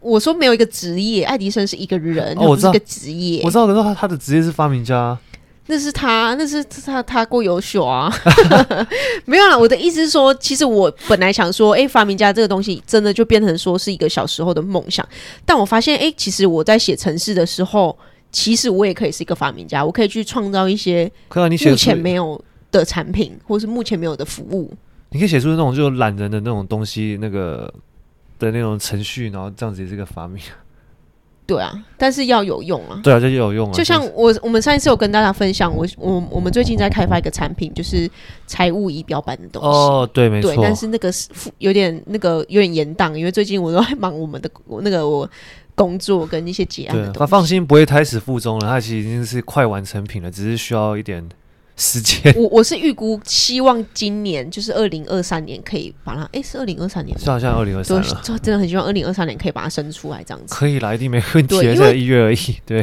Speaker 2: 我说没有一个职业，爱迪生是一个人，
Speaker 1: 哦
Speaker 2: 他
Speaker 1: 我
Speaker 2: 不
Speaker 1: 知
Speaker 2: 是
Speaker 1: 道
Speaker 2: 一个职业
Speaker 1: 我。知道，可是他他的职业是发明家啊，
Speaker 2: 那是他，那是他，他够优秀啊！ [laughs] 没有啦，我的意思是说，其实我本来想说，诶，哎发明家这个东西真的就变成说是一个小时候的梦想，但我发现，诶，其实我在写程式的时候，其实我也可以是一个发明家，我可以去创造一些
Speaker 1: 可是你写出
Speaker 2: 目前，没有的产品，或是目前没有的服务。
Speaker 1: 你可以写出那种就懒人的那种东西，那个的那种程序，然后这样子也是个发
Speaker 2: [laughs]
Speaker 1: 明。
Speaker 2: 对啊，但是要有用啊。
Speaker 1: 对啊，这就有用啊。
Speaker 2: 就像我，我们上一次有跟大家分享，我我我们最近在开发一个产品，就是财务仪表板的东西。
Speaker 1: 哦，对，没
Speaker 2: 对，
Speaker 1: 错，
Speaker 2: 但是那个是负有点那个有点严档，因为最近我都在忙我们的我那个我工作跟一些结案的
Speaker 1: 对，
Speaker 2: 东
Speaker 1: 他
Speaker 2: 西。
Speaker 1: 放心不会开始附中了，他其实已经是快完成品了，只是需要一点时间。 [laughs]
Speaker 2: 我我是预估希望今年就是二零二三年可以
Speaker 1: [laughs]
Speaker 2: 把它，哎、是二零二三年
Speaker 1: 就
Speaker 2: 吗？
Speaker 1: 好像二零二
Speaker 2: 对
Speaker 1: 三了，，
Speaker 2: 就真的很希望二零二三年可以把它生出来这样子。
Speaker 1: 可以啦，一定没问题
Speaker 2: 对
Speaker 1: 啊，
Speaker 2: 因
Speaker 1: 在
Speaker 2: 为
Speaker 1: 一月而已。对，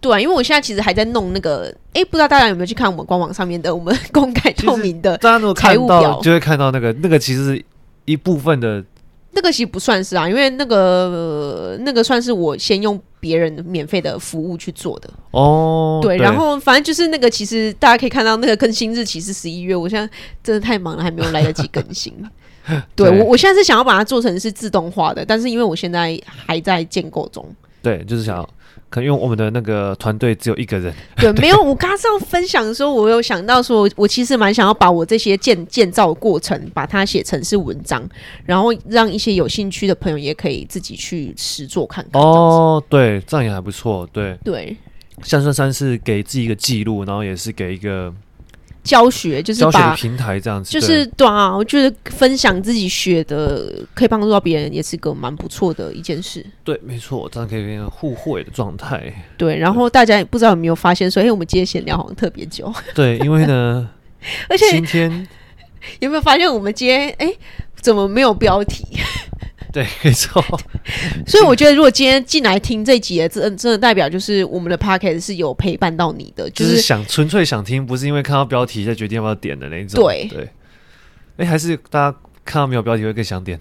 Speaker 2: 对啊，因为我现在其实还在弄那个，哎、不知道大家有没有去看我们官网上面的我们公
Speaker 1: [laughs]
Speaker 2: 开透明的 [laughs]
Speaker 1: 大家如果
Speaker 2: 财
Speaker 1: 看
Speaker 2: 务
Speaker 1: 到
Speaker 2: 表
Speaker 1: 就会看到那个那个其实是一部分的，
Speaker 2: 那个，其实不算是啊，因为那个、呃那个算是我先用别人免费的服务去做的。
Speaker 1: 哦，
Speaker 2: 对，然后反正就是那个，其实大家可以看到那个更新日期是十一月，我现在真的太忙了，还没有来得及更
Speaker 1: [laughs]
Speaker 2: 新。对
Speaker 1: 对
Speaker 2: 我，我现在是想要把它做成是自动化的，但是因为我现在还在建构中，
Speaker 1: 对，就是想要，可能因为我们的那个团队只有一个人，
Speaker 2: 对，
Speaker 1: [laughs]
Speaker 2: 没有。我刚刚上分享的时候，我有想到说，我我其实蛮想要把我这些建建造的过程，把它写成是文章，然后让一些有兴趣的朋友也可以自己去实做看看。哦，
Speaker 1: 哦，对，这样也还不错，对，
Speaker 2: 对，
Speaker 1: 像算三是给自己一个记录，然后也是给一个
Speaker 2: 教学，就是
Speaker 1: 教学的
Speaker 2: 把
Speaker 1: 平台这样子，
Speaker 2: 就是对啊，我觉得分享自己学的，可以帮助到别人，也是个蛮不错的一件事。
Speaker 1: 对，对没错，这样可以变成互惠的状态。 [laughs]
Speaker 2: 对，然后大家也不知道有没有发现说，哎、我们今天闲聊好像特别久， [laughs]
Speaker 1: 对，因为呢，
Speaker 2: 而且
Speaker 1: 今天
Speaker 2: 有没有发现我们今天哎、怎么没有标题？ [laughs]
Speaker 1: 对，没错，
Speaker 2: 所以我觉得，如果今天进来听这集的，真真的代表就是我们的 p o c k e t 是有陪伴到你的，
Speaker 1: 就
Speaker 2: 就是是
Speaker 1: 想纯粹想听，不是因为看到标题再决定要不要点的那一种。
Speaker 2: 对
Speaker 1: 对，哎，还是大家看到没有标题会更想点。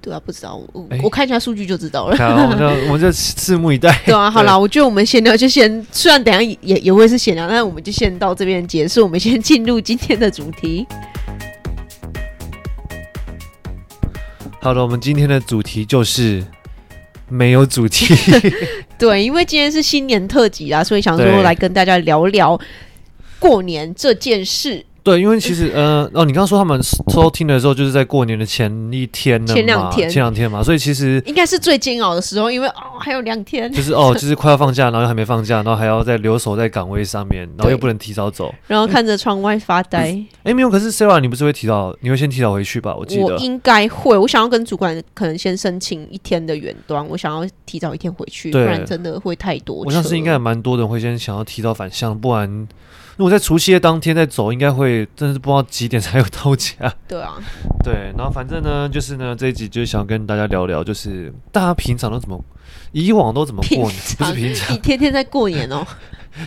Speaker 2: 对啊，不知道我、
Speaker 1: 哎
Speaker 2: 我看一下数据就知
Speaker 1: [laughs]
Speaker 2: 道了。
Speaker 1: 看
Speaker 2: [laughs]
Speaker 1: 啊，我们就我们就拭目以待。
Speaker 2: 对啊，好
Speaker 1: 对
Speaker 2: 啦，我觉得我们闲聊就先，虽然等一下也也也会是闲聊，但是我们就先到这边结束，我们先进入今天的主题。
Speaker 1: 好的，我们今天的主题就是没有主
Speaker 2: [laughs]
Speaker 1: 题。
Speaker 2: 对，因为今天是新年特辑啊，所以想说
Speaker 1: 对
Speaker 2: 来跟大家聊聊过年这件事。
Speaker 1: 对，因为其实呃，哦，你刚刚说他们收听的时候就是在过年的前一天了嘛，
Speaker 2: 前两天
Speaker 1: 前两天嘛，所以其实
Speaker 2: 应该是最煎熬的时候，因为哦还有两天，
Speaker 1: 就是哦，就是快要放假，然后又还没放假，然后还要再留守在岗位上面，然后
Speaker 2: 对
Speaker 1: 又不能提早走。
Speaker 2: 然后看着窗外发呆。
Speaker 1: 哎，没有，可是 Sarah，你不是会提早，你会先提早回去吧？我记
Speaker 2: 我
Speaker 1: 得。
Speaker 2: 应该会，我想要跟主管可能先申请一天的远端，我想要提早一天回去，不
Speaker 1: 对
Speaker 2: 然真的会太多车。
Speaker 1: 我相信应该也蛮多人会先想要提早返乡，不然如果在除夕夜当天再走，应该会真的是不知道几点才有到家。
Speaker 2: 对啊，
Speaker 1: 对，然后反正呢，就是呢这一集就是想跟大家聊聊，就是大家平常都怎么，以往都怎么过年，不是平常
Speaker 2: 你，天天在过年哦。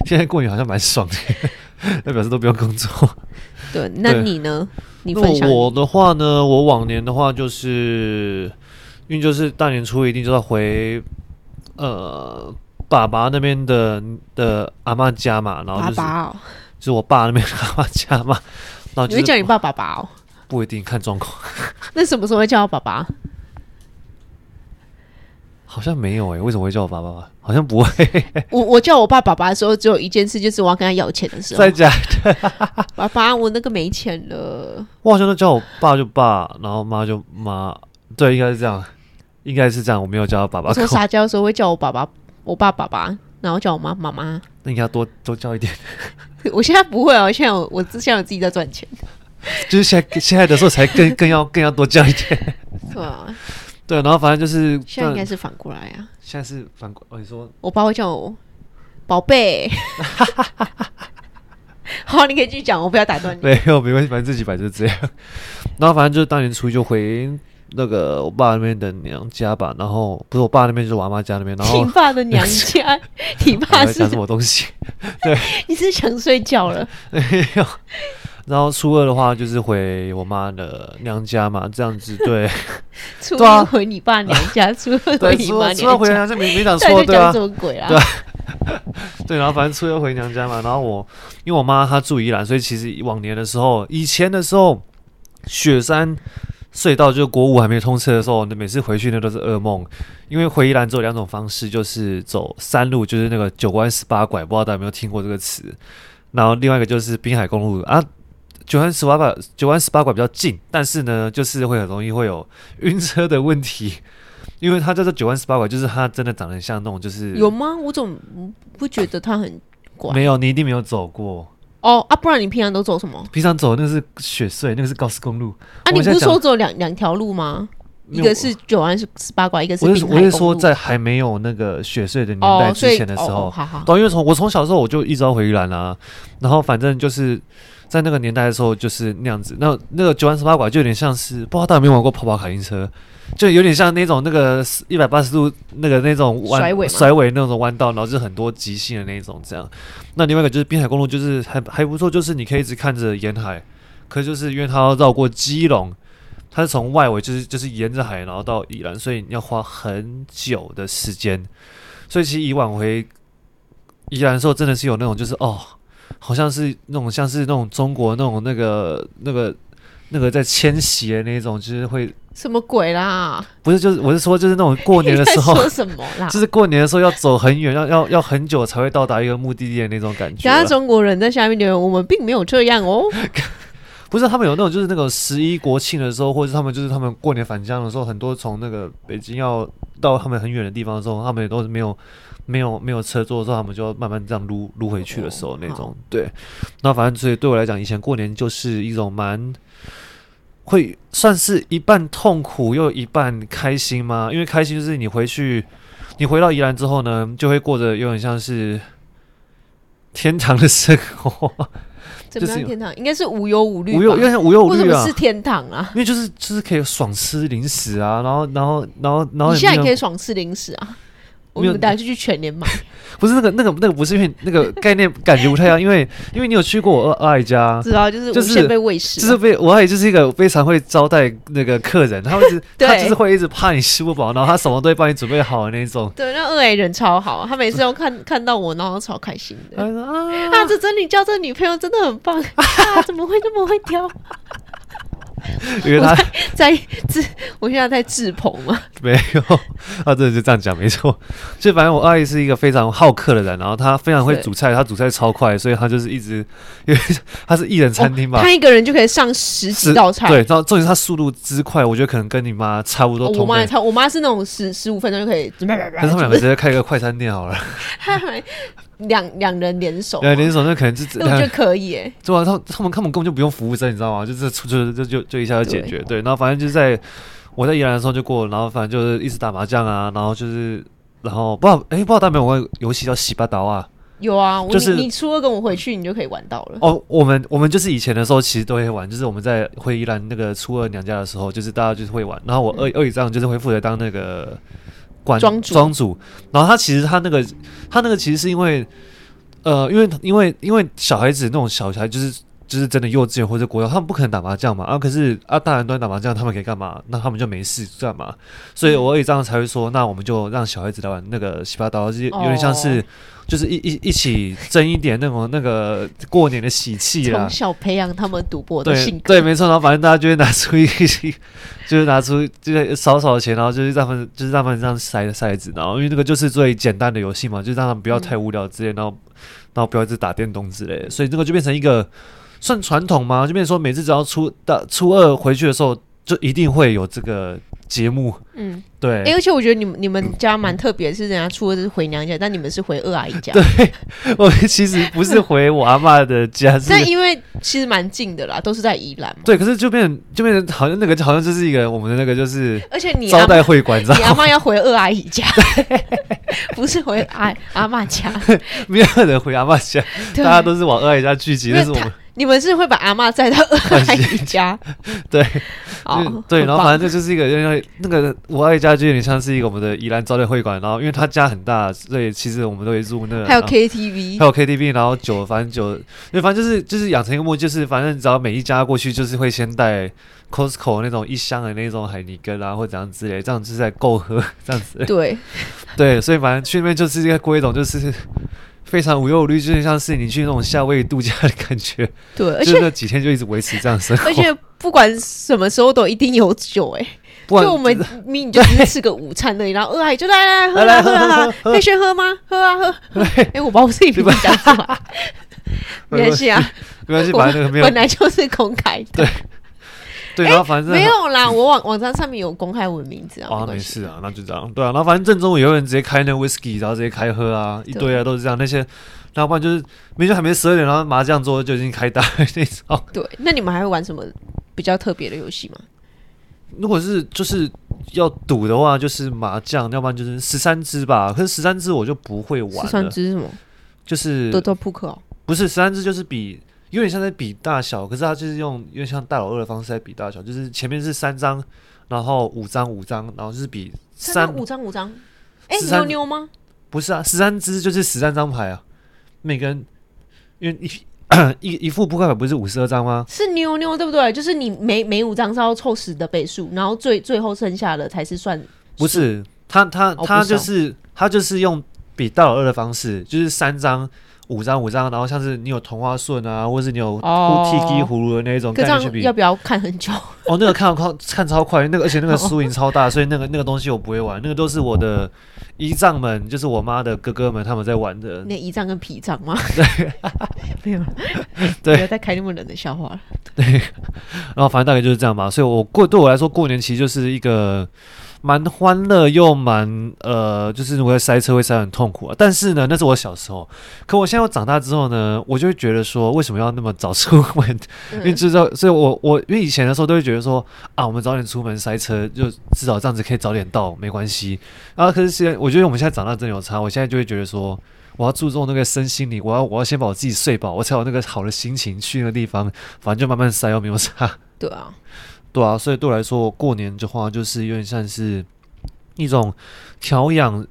Speaker 1: 现在过年好像蛮爽的， [laughs] 那表示都不用工作。
Speaker 2: 对，那
Speaker 1: 对
Speaker 2: 你呢？你
Speaker 1: 那
Speaker 2: 分享
Speaker 1: 我的话呢，我往年的话就是，因为就是大年初一定就要回，呃。爸爸那边的的阿妈家嘛，然后啊就
Speaker 2: 爸
Speaker 1: 是
Speaker 2: 爸哦，
Speaker 1: 就是我爸那边的阿妈家嘛，然后
Speaker 2: 你
Speaker 1: 就
Speaker 2: 会
Speaker 1: 是
Speaker 2: 叫你爸爸爸哦？
Speaker 1: 不一定看状况， [laughs]
Speaker 2: 那什么时候会叫爸爸？
Speaker 1: 好像没有诶、欸为什么会叫我爸爸妈？好像不会，
Speaker 2: 我我叫我爸爸爸的时候，只有一件事，就是我要跟他要钱的时候
Speaker 1: [laughs] 在。家
Speaker 2: 爸爸，我那个没钱了。
Speaker 1: 我好像都叫我爸就爸，然后妈就妈，对，应该是这样，应该是这样，我没有叫他爸爸
Speaker 2: 我，说撒娇的时候会叫我爸爸，我爸爸爸，然后叫我妈妈妈。 [laughs]
Speaker 1: 那应该要多多叫一点， [laughs]
Speaker 2: 我现在不会哦，现在我我现在我自己在赚钱，
Speaker 1: 就是现在现在的时候才更更要更要多叫一
Speaker 2: [laughs]
Speaker 1: 点，
Speaker 2: 对啊，
Speaker 1: 对，然后反正就是
Speaker 2: 现在应该
Speaker 1: 但
Speaker 2: 是反过来啊。
Speaker 1: 现在是反过，哦，你说
Speaker 2: 我爸会叫我宝贝。 [laughs] 好，你可以继续讲，我不要打断你。
Speaker 1: 没有没关系，反正自己摆就这样， [laughs] 然后反正就是大年初一就回。那个我爸那边的娘家吧，然后不是我爸那边，就是我阿妈家那边，然后
Speaker 2: [laughs] 你爸的
Speaker 1: [laughs]
Speaker 2: 娘家，你爸
Speaker 1: 我在
Speaker 2: 是
Speaker 1: 讲什么东西？ [laughs]
Speaker 2: 你是想睡觉了？
Speaker 1: 没有。然后初二的话就是回我妈的娘家嘛，这样子对
Speaker 2: 初
Speaker 1: 对啊
Speaker 2: 一回你爸娘家，初二回你
Speaker 1: 初
Speaker 2: 妈
Speaker 1: 二初二
Speaker 2: 娘
Speaker 1: 回
Speaker 2: 家，
Speaker 1: 娘家没没讲
Speaker 2: 到底
Speaker 1: 错
Speaker 2: [laughs] 在
Speaker 1: 对
Speaker 2: 讲
Speaker 1: 啊
Speaker 2: 什么鬼啊
Speaker 1: 对？ [laughs] 对，然后反正初二回娘家嘛，然后我因为我妈她住宜兰，所以其实往年的时候，以前的时候，雪山隧道就国五还没通车的时候，那每次回去那都是噩梦，因为回宜兰只有两种方式，就是走山路，就是那个九弯十八拐，不知道大家有没有听过这个词，然后另外一个就是滨海公路啊。九弯十八拐，九弯十八拐比较近，但是呢，就是会很容易会有晕车的问题， [laughs] 因为它叫做九弯十八拐，就是它真的长得很像那种，就是
Speaker 2: 有吗？我总不觉得他很拐
Speaker 1: 没有，你一定没有走过。
Speaker 2: 哦啊，不然你平常都走什么
Speaker 1: 平常走那个是雪隧，那个是高速公路。
Speaker 2: 啊？
Speaker 1: 我
Speaker 2: 你不
Speaker 1: 现在
Speaker 2: 是
Speaker 1: 讲
Speaker 2: 说只有两两条路吗？
Speaker 1: 没
Speaker 2: 一
Speaker 1: 有
Speaker 2: 个是九弯十十八拐，一个是
Speaker 1: 我
Speaker 2: 滨
Speaker 1: 是
Speaker 2: 海
Speaker 1: 我是说，
Speaker 2: 公路
Speaker 1: 在还没有那个雪隧的年代
Speaker 2: 哦，所
Speaker 1: 之
Speaker 2: 以
Speaker 1: 前的时
Speaker 2: 哦
Speaker 1: 候，
Speaker 2: 哦好好，
Speaker 1: 对，因为从我从小的时候我就一直要回宜兰啊，然后反正就是在那个年代的时候就是那样子。那那个九弯十八拐就有点像是不知道大家有没有玩过跑跑卡丁车，就有点像那种那个一百八十度那个那种弯
Speaker 2: 甩尾吗
Speaker 1: 甩尾那种弯道，然后就是很多极性的那种这样。那另外一个就是滨海公路，就是还还不错，就是你可以一直看着沿海，可是就是因为它要绕过基隆。它是从外围，就是就是沿着海，然后到宜兰，所以你要花很久的时间。所以其实以往回宜兰的时候，真的是有那种就是哦，好像是那种像是那种中国那种那个那个那个在迁徙的那种，就是会
Speaker 2: 什么鬼啦？
Speaker 1: 不是就是我是说就是那种过年
Speaker 2: [laughs] 你
Speaker 1: 的
Speaker 2: 在
Speaker 1: 时候，
Speaker 2: 说什么啦？
Speaker 1: [laughs] 就是过年的时候要走很远，要要要很久才会到达一个目的地的那种感觉
Speaker 2: 其他
Speaker 1: 啦。
Speaker 2: 中国人在下面留言，我们并没有这样哦。
Speaker 1: 不是他们有那种就是那个十一国庆的时候，或者是他们就是他们过年返乡的时候，很多从那个北京要到他们很远的地方的时候，他们也都是没有没有没有车坐的时候，他们就要慢慢这样撸撸回去的时候那种。对，那反正所以对我来讲，以前过年就是一种蛮。会算是一半痛苦又一半开心吗？因为开心就是你回去，你回到宜兰之后呢，就会过着有点像是天堂的生活，
Speaker 2: 怎
Speaker 1: [laughs]
Speaker 2: 么
Speaker 1: 就是
Speaker 2: 样？
Speaker 1: 有
Speaker 2: 天堂应该是无忧无虑吧，
Speaker 1: 无忧，有点像无忧无
Speaker 2: 为什
Speaker 1: 虑
Speaker 2: 么
Speaker 1: 啊
Speaker 2: 是。天堂啊？
Speaker 1: 因为就是就是可以爽吃零食啊，然后然后然后然后
Speaker 2: 你现在也
Speaker 1: 没
Speaker 2: 可
Speaker 1: 有
Speaker 2: 以爽吃零食啊！我
Speaker 1: 没有
Speaker 2: 们等下就去全
Speaker 1: [laughs]
Speaker 2: 年买，
Speaker 1: 不是那个那个那个不是因为那个概念感觉不太一样，因为 [laughs] 因为你有去过我二阿姨家，
Speaker 2: 知道就是啊
Speaker 1: 就
Speaker 2: 无
Speaker 1: 是
Speaker 2: 限被喂食啊
Speaker 1: 就
Speaker 2: 嘛，
Speaker 1: 是被我阿姨就是一个非常会招待那个客人，他会一直
Speaker 2: [laughs] 对
Speaker 1: 他就是会一直怕你吃不饱，然后他什么都会帮你准备好的那
Speaker 2: [laughs]
Speaker 1: 种。
Speaker 2: 对，那二 A 人超好，啊他每次都看 [laughs] 看到我，然后超开心的。
Speaker 1: 他说啊，
Speaker 2: 啊，这真理教这女朋友真的
Speaker 1: [laughs]
Speaker 2: 很棒啊！怎么会那么会挑？
Speaker 1: 因为他
Speaker 2: 在自，我现在在自捧嘛，
Speaker 1: 没有，他真的是这样讲，没错。所以反正我阿姨是一个非常好客的人，然后她非常会
Speaker 2: 对
Speaker 1: 煮菜，她煮菜超快，所以她就是一直， [laughs] 因为她是一人餐厅嘛，
Speaker 2: 她一个人就可以上十几
Speaker 1: 是
Speaker 2: 道菜。
Speaker 1: 对，然后重点是她速度之快，我觉得可能跟你妈差不多
Speaker 2: 哦
Speaker 1: 同
Speaker 2: 我妈也
Speaker 1: 类。
Speaker 2: 超，我妈是那种十十五分钟就可以，
Speaker 1: 可是他们两个直接开一个快餐店好了，
Speaker 2: 她还两两人联手嘛，
Speaker 1: 两连锁那可能就只
Speaker 2: 啊那我
Speaker 1: 两
Speaker 2: 觉得可以哎。
Speaker 1: 对啊，他他们根本根本就不用服务生，你知道吗？就是出就就就就一下就解决。对，然后反正就是在我在宜兰的时候就过，然后反正就是一直打麻将啊，然后就是然后不知道哎、不知道大家有没有玩过游戏叫洗八刀啊？
Speaker 2: 有啊，我
Speaker 1: 就是
Speaker 2: 你你初二跟我回去，你就可以玩到了。
Speaker 1: 哦，我们我们就是以前的时候其实都会玩，就是我们在回宜兰那个初二娘家的时候，就是大家就是会玩。然后我二、二姨丈就是会负责当那个管
Speaker 2: 嗯庄主
Speaker 1: 庄主，然后他其实他那个他那个其实是因为呃，因为因为因为小孩子那种小孩就是。就是真的幼稚园或者国小，他们不可能打麻将嘛啊！可是啊，大人端打麻将，他们可以干嘛？那他们就没事干嘛？所
Speaker 2: 嗯
Speaker 1: 以我二姨丈才会说，那我们就让小孩子来玩那个洗八刀，就是有点像是、
Speaker 2: 哦
Speaker 1: 就是一一一起争一点那种那个过年的喜气啦
Speaker 2: 从。小培养他们赌博的
Speaker 1: 啊对
Speaker 2: 性格。
Speaker 1: 对，没错。然后反正大家就会拿出一些， [laughs] 就是拿出就是少少的钱，然后就是让他们就是让他们这样筛筛子，然后因为那个就是最简单的游戏嘛，就是让他们不要
Speaker 2: 嗯
Speaker 1: 太无聊之类，然后然后不要一直打电动之类的，所以这个就变成一个算传统嘛，就变成说每次只要初到初二回去的时候，就一定会有这个节目。
Speaker 2: 嗯，
Speaker 1: 对，
Speaker 2: 哎、而且我觉得你们你们家蛮特别，是人家初二是回娘家，但你们是回二阿姨家。
Speaker 1: 我其实不是回我阿嬷的家，是
Speaker 2: 但因为其实蛮近的啦，都是在宜兰嘛。
Speaker 1: 对，可是就变成就变成好像那个好像就是一个我们的那个就是
Speaker 2: 而且你
Speaker 1: 招
Speaker 2: 阿
Speaker 1: 待会馆，你知
Speaker 2: 你阿
Speaker 1: 道吗？
Speaker 2: 妈要回二阿姨
Speaker 1: [laughs]
Speaker 2: 家，不是回阿阿妈家。
Speaker 1: 没有人回阿嬷家， [laughs] 大
Speaker 2: 对，
Speaker 1: 家都是往二姨家聚集，
Speaker 2: 因为
Speaker 1: 但是我们。
Speaker 2: 你们是会把阿妈载到二阿姨家
Speaker 1: [laughs] 对，
Speaker 2: 哦
Speaker 1: 就，对，
Speaker 2: 很
Speaker 1: 然后
Speaker 2: 棒
Speaker 1: 反正这就是一个因为那个我二姨家就有点像是一个我们的宜兰招待会馆，然后因为他家很大，所以其实我们都会住那个
Speaker 2: 还有
Speaker 1: 然后
Speaker 2: KTV，
Speaker 1: 呃还有 KTV，然后酒，反正酒，对，反正就是就是养成一个默契，就是反正只要每一家过去，就是会先带 Costco 那种一箱的那种海尼根啊，或怎样之类，这样就是在够喝这样子。
Speaker 2: 对，
Speaker 1: [laughs] 对，所以反正去那边就是一个过一种就是非常无忧无虑，就是像是你去那种夏威夷度假的感觉，
Speaker 2: 对，而
Speaker 1: 就是
Speaker 2: 且
Speaker 1: 那几天就一直维持这样的生活。
Speaker 2: 而且不管什么时候都一定有酒哎、
Speaker 1: 不然
Speaker 2: 就我
Speaker 1: [laughs]
Speaker 2: 们明明就只是吃个午餐而已，然后二阿姨就来来喝
Speaker 1: 来来
Speaker 2: 啦喝啦
Speaker 1: 喝
Speaker 2: 喝
Speaker 1: 喝
Speaker 2: 啦，
Speaker 1: 喝
Speaker 2: 可以先喝吗？喝啊喝。哎、我把我自己名字讲出
Speaker 1: [laughs]
Speaker 2: 来，没关系啊，
Speaker 1: 没关系，
Speaker 2: 我
Speaker 1: 反正那个没有
Speaker 2: 本来就是公开 [laughs] 的。 [laughs]
Speaker 1: 对，然后反正
Speaker 2: 没有啦，我网网站上面有公开我的名字啊，
Speaker 1: 哦，那
Speaker 2: 关
Speaker 1: 没
Speaker 2: 系。
Speaker 1: 事啊，那就这样。对啊，然后反正正中午有人直接开那 whisky，然后直接开喝啊，一堆啊都是这样。那些，要不然就是明明还没十二点，然后麻将桌就已经开打了那种。
Speaker 2: 对，那你们还会玩什么比较特别的游戏吗？
Speaker 1: [laughs] 如果是就是要赌的话，就是麻将，要不然就是十三支吧。可是十三支我就不会
Speaker 2: 十
Speaker 1: 玩
Speaker 2: 三
Speaker 1: 了，
Speaker 2: 只是什么？
Speaker 1: 就是
Speaker 2: 德州扑克哦。
Speaker 1: 不是十三支就是比。有点像在比大小，可是它就是用有点像大老二的方式在比大小，就是前面是三张，然后五张五张，然后就是比
Speaker 2: 三
Speaker 1: 三
Speaker 2: 张五张五张。哎、
Speaker 1: 十三
Speaker 2: 牛牛吗？
Speaker 1: 不是啊，十三只就是十三张牌啊，每个人因为一一一 [coughs] 副扑克牌不是五十二张吗？
Speaker 2: 是牛牛对不对？就是你每每五张是要凑十的倍数，然后最最后剩下的才是算。
Speaker 1: 不是，他他
Speaker 2: 哦
Speaker 1: 他
Speaker 2: 不是
Speaker 1: 就
Speaker 2: 哦
Speaker 1: 是、他就是用比大老二的方式，就是三张。五张五张，然后像是你有同花顺啊，或是你有
Speaker 2: 哦
Speaker 1: 踢踢葫芦的那一种
Speaker 2: 可
Speaker 1: 概
Speaker 2: 这
Speaker 1: 念去
Speaker 2: 样
Speaker 1: 比
Speaker 2: 要不要看很久？ [laughs]
Speaker 1: 哦，那个看看看超快，那个而且那个输赢超大，所以那个那个东西我不会玩，那个都是我的姨丈们，就是我妈的哥哥们他们在玩的。
Speaker 2: [laughs] 那一张跟皮张吗？没有，
Speaker 1: [laughs] 对
Speaker 2: 不要再开那么冷的笑话了。
Speaker 1: 然后反正大概就是这样吧。所以我过对我来说，过年其实就是一个蛮欢乐又蛮呃，就是如果塞车会塞得很痛苦啊。但是呢，那是我小时候。可我现在我长大之后呢，我就会觉得说，为什么要那么早出门？因
Speaker 2: 嗯
Speaker 1: 为知道，所以我我因为以前的时候都会觉得说啊，我们早点出门塞车，就至少这样子可以早点到，没关系。啊，可是现在我觉得我们现在长大真的有差，我现在就会觉得说。我要注重那个身心灵，我要我要先把我自己睡饱，我才有那个好的心情去那个地方。反正就慢慢塞，又没有差。
Speaker 2: 对啊，
Speaker 1: 对啊，所以对我来说，过年的话就是有点像是一种调养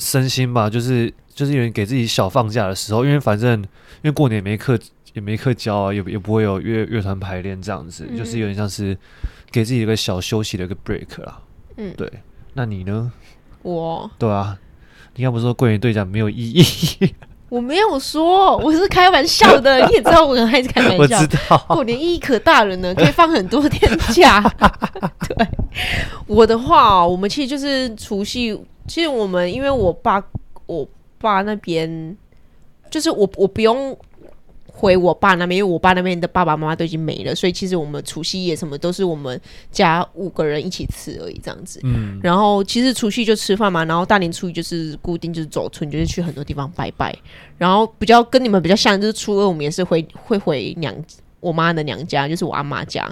Speaker 1: 身心吧，就是就是有点给自己小放假的时候，因为反正因为过年也没课也没课教啊，也也不会有乐乐团排练这样子，
Speaker 2: 嗯
Speaker 1: 就是有点像是给自己一个小休息的一个 break 啦。
Speaker 2: 嗯，
Speaker 1: 对，那你呢？
Speaker 2: 我
Speaker 1: 对啊，你刚不是说过年对讲没有意义？ [laughs]
Speaker 2: 我没有说，我是开玩笑的，你也知道我很爱开
Speaker 1: [laughs] 我
Speaker 2: 玩笑
Speaker 1: 知。道，
Speaker 2: 过年意义可大了呢，可以放很多天假。 [laughs] 对，我的话、哦，我们其实就是除夕，其实我们因为我爸，我爸那边就是我我不用回我爸那边，因为我爸那边的爸爸妈妈都已经没了，所以其实我们除夕夜什么都是我们家五个人一起吃而已，这样子。
Speaker 1: 嗯，
Speaker 2: 然后其实除夕就吃饭嘛，然后大年初一就是固定就是走村，就是去很多地方拜拜。然后比较跟你们比较像，就是初二我们也是回会回娘我妈的娘家，就是我阿妈家，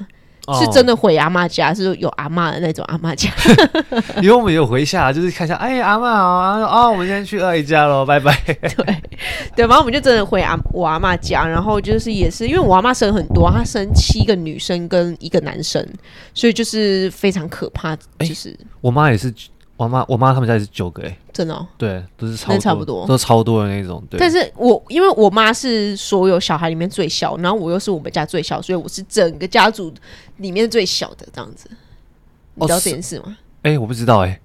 Speaker 1: 哦
Speaker 2: 是真的回阿妈家，是有阿妈的那种阿妈家。 [laughs]
Speaker 1: 哦因为我们有回下，就是看一下，哎，阿妈啊，哦，我们先去二姨家喽，拜拜。
Speaker 2: 对，然后我们就真的回阿我阿妈家，然后就是也是因为我阿妈生很多，她生七个女生跟一个男生，所以就是非常可怕，
Speaker 1: 哎
Speaker 2: 就是、
Speaker 1: 我妈也是，我妈我妈他们家也是九个哎、
Speaker 2: 真的、哦。
Speaker 1: 对，都是超
Speaker 2: 那
Speaker 1: 多
Speaker 2: 差不多
Speaker 1: 都超多的那种，对。
Speaker 2: 但是我因为我妈是所有小孩里面最小，然后我又是我们家最小，所以我是整个家族里面最小的这样子。你知道
Speaker 1: 哦是
Speaker 2: 这件事吗？
Speaker 1: 哎、我不知道哎、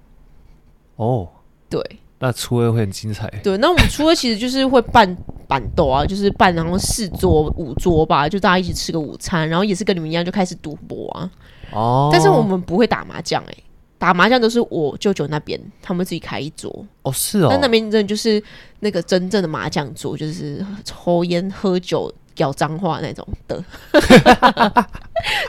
Speaker 1: 哦，
Speaker 2: 对
Speaker 1: 那初二会很精彩、欸
Speaker 2: 对，那我们初二其实就是会办板斗啊，就是办然后四桌五桌吧，就大家一起吃个午餐，然后也是跟你们一样就开始赌博啊。
Speaker 1: 哦。
Speaker 2: 但是我们不会打麻将哎、打麻将都是我舅舅那边他们自己开一桌，
Speaker 1: 哦是哦
Speaker 2: 那，那边真的就是那个真正的麻将桌，就是抽烟、喝酒、咬脏话那种的。 [laughs]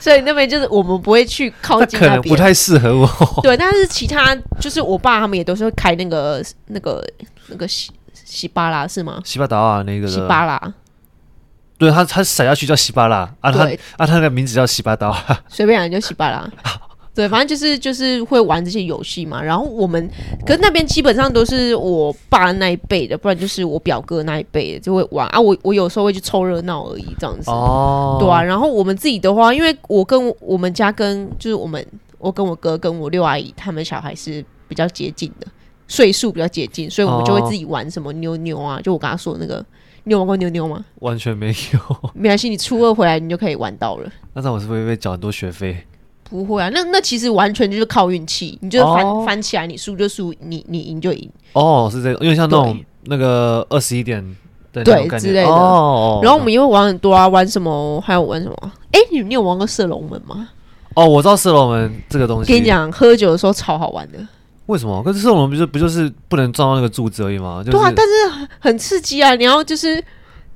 Speaker 2: 所以那边就是我们不会去靠
Speaker 1: 那
Speaker 2: 近
Speaker 1: 可
Speaker 2: 那
Speaker 1: 能不
Speaker 2: 边。
Speaker 1: 太适合我。 [laughs]
Speaker 2: 对，但是其他就是我爸他们也都是会开那个那个那个西西巴拉是吗？
Speaker 1: 西巴达瓦那个的
Speaker 2: 西巴拉
Speaker 1: 对他他甩下去叫西巴拉啊，他
Speaker 2: 对
Speaker 1: 啊他的名字叫西巴达瓦。
Speaker 2: 随便啊讲就西巴拉。 [laughs] 对，反正就是就是会玩这些游戏嘛。然后我们，可是那边基本上都是我爸那一辈的，不然就是我表哥那一辈的就会玩啊。我我有时候会去凑热闹而已，这样
Speaker 1: [laughs]
Speaker 2: 子。
Speaker 1: 哦，
Speaker 2: 对啊，，然后我们自己的话，因为我跟我们家跟就是我们我跟我哥跟我六阿姨他们小孩是比较接近的，岁数比较接近，所以我们就会
Speaker 1: 哦
Speaker 2: 自己玩什么妞妞啊，就我刚刚说的那个，你有玩过妞妞吗？
Speaker 1: 完全没有。 [laughs]
Speaker 2: 没关系，你初二回来你就可以玩到了。
Speaker 1: 那这样我是不是会被缴很多学费？
Speaker 2: 不会啊，那那其实完全就是靠运气，你就是翻、
Speaker 1: 哦
Speaker 2: 翻起来，你输就输，你你赢就赢。
Speaker 1: 哦，是这种，因为像那种
Speaker 2: 对
Speaker 1: 那个二十一点的那
Speaker 2: 对
Speaker 1: 种感觉
Speaker 2: 之类的
Speaker 1: 哦，
Speaker 2: 然后我们也会玩很多啊，玩什么还有玩什么啊？哎，你你有玩过射龙门吗？
Speaker 1: 哦，我知道射龙门这个东西。
Speaker 2: 跟你啊讲，喝酒的时候超好玩的。
Speaker 1: 为什么？可是射龙门不就不就是不能撞到那个柱子而已吗？就是、
Speaker 2: 对啊，但是很刺激啊！你要就是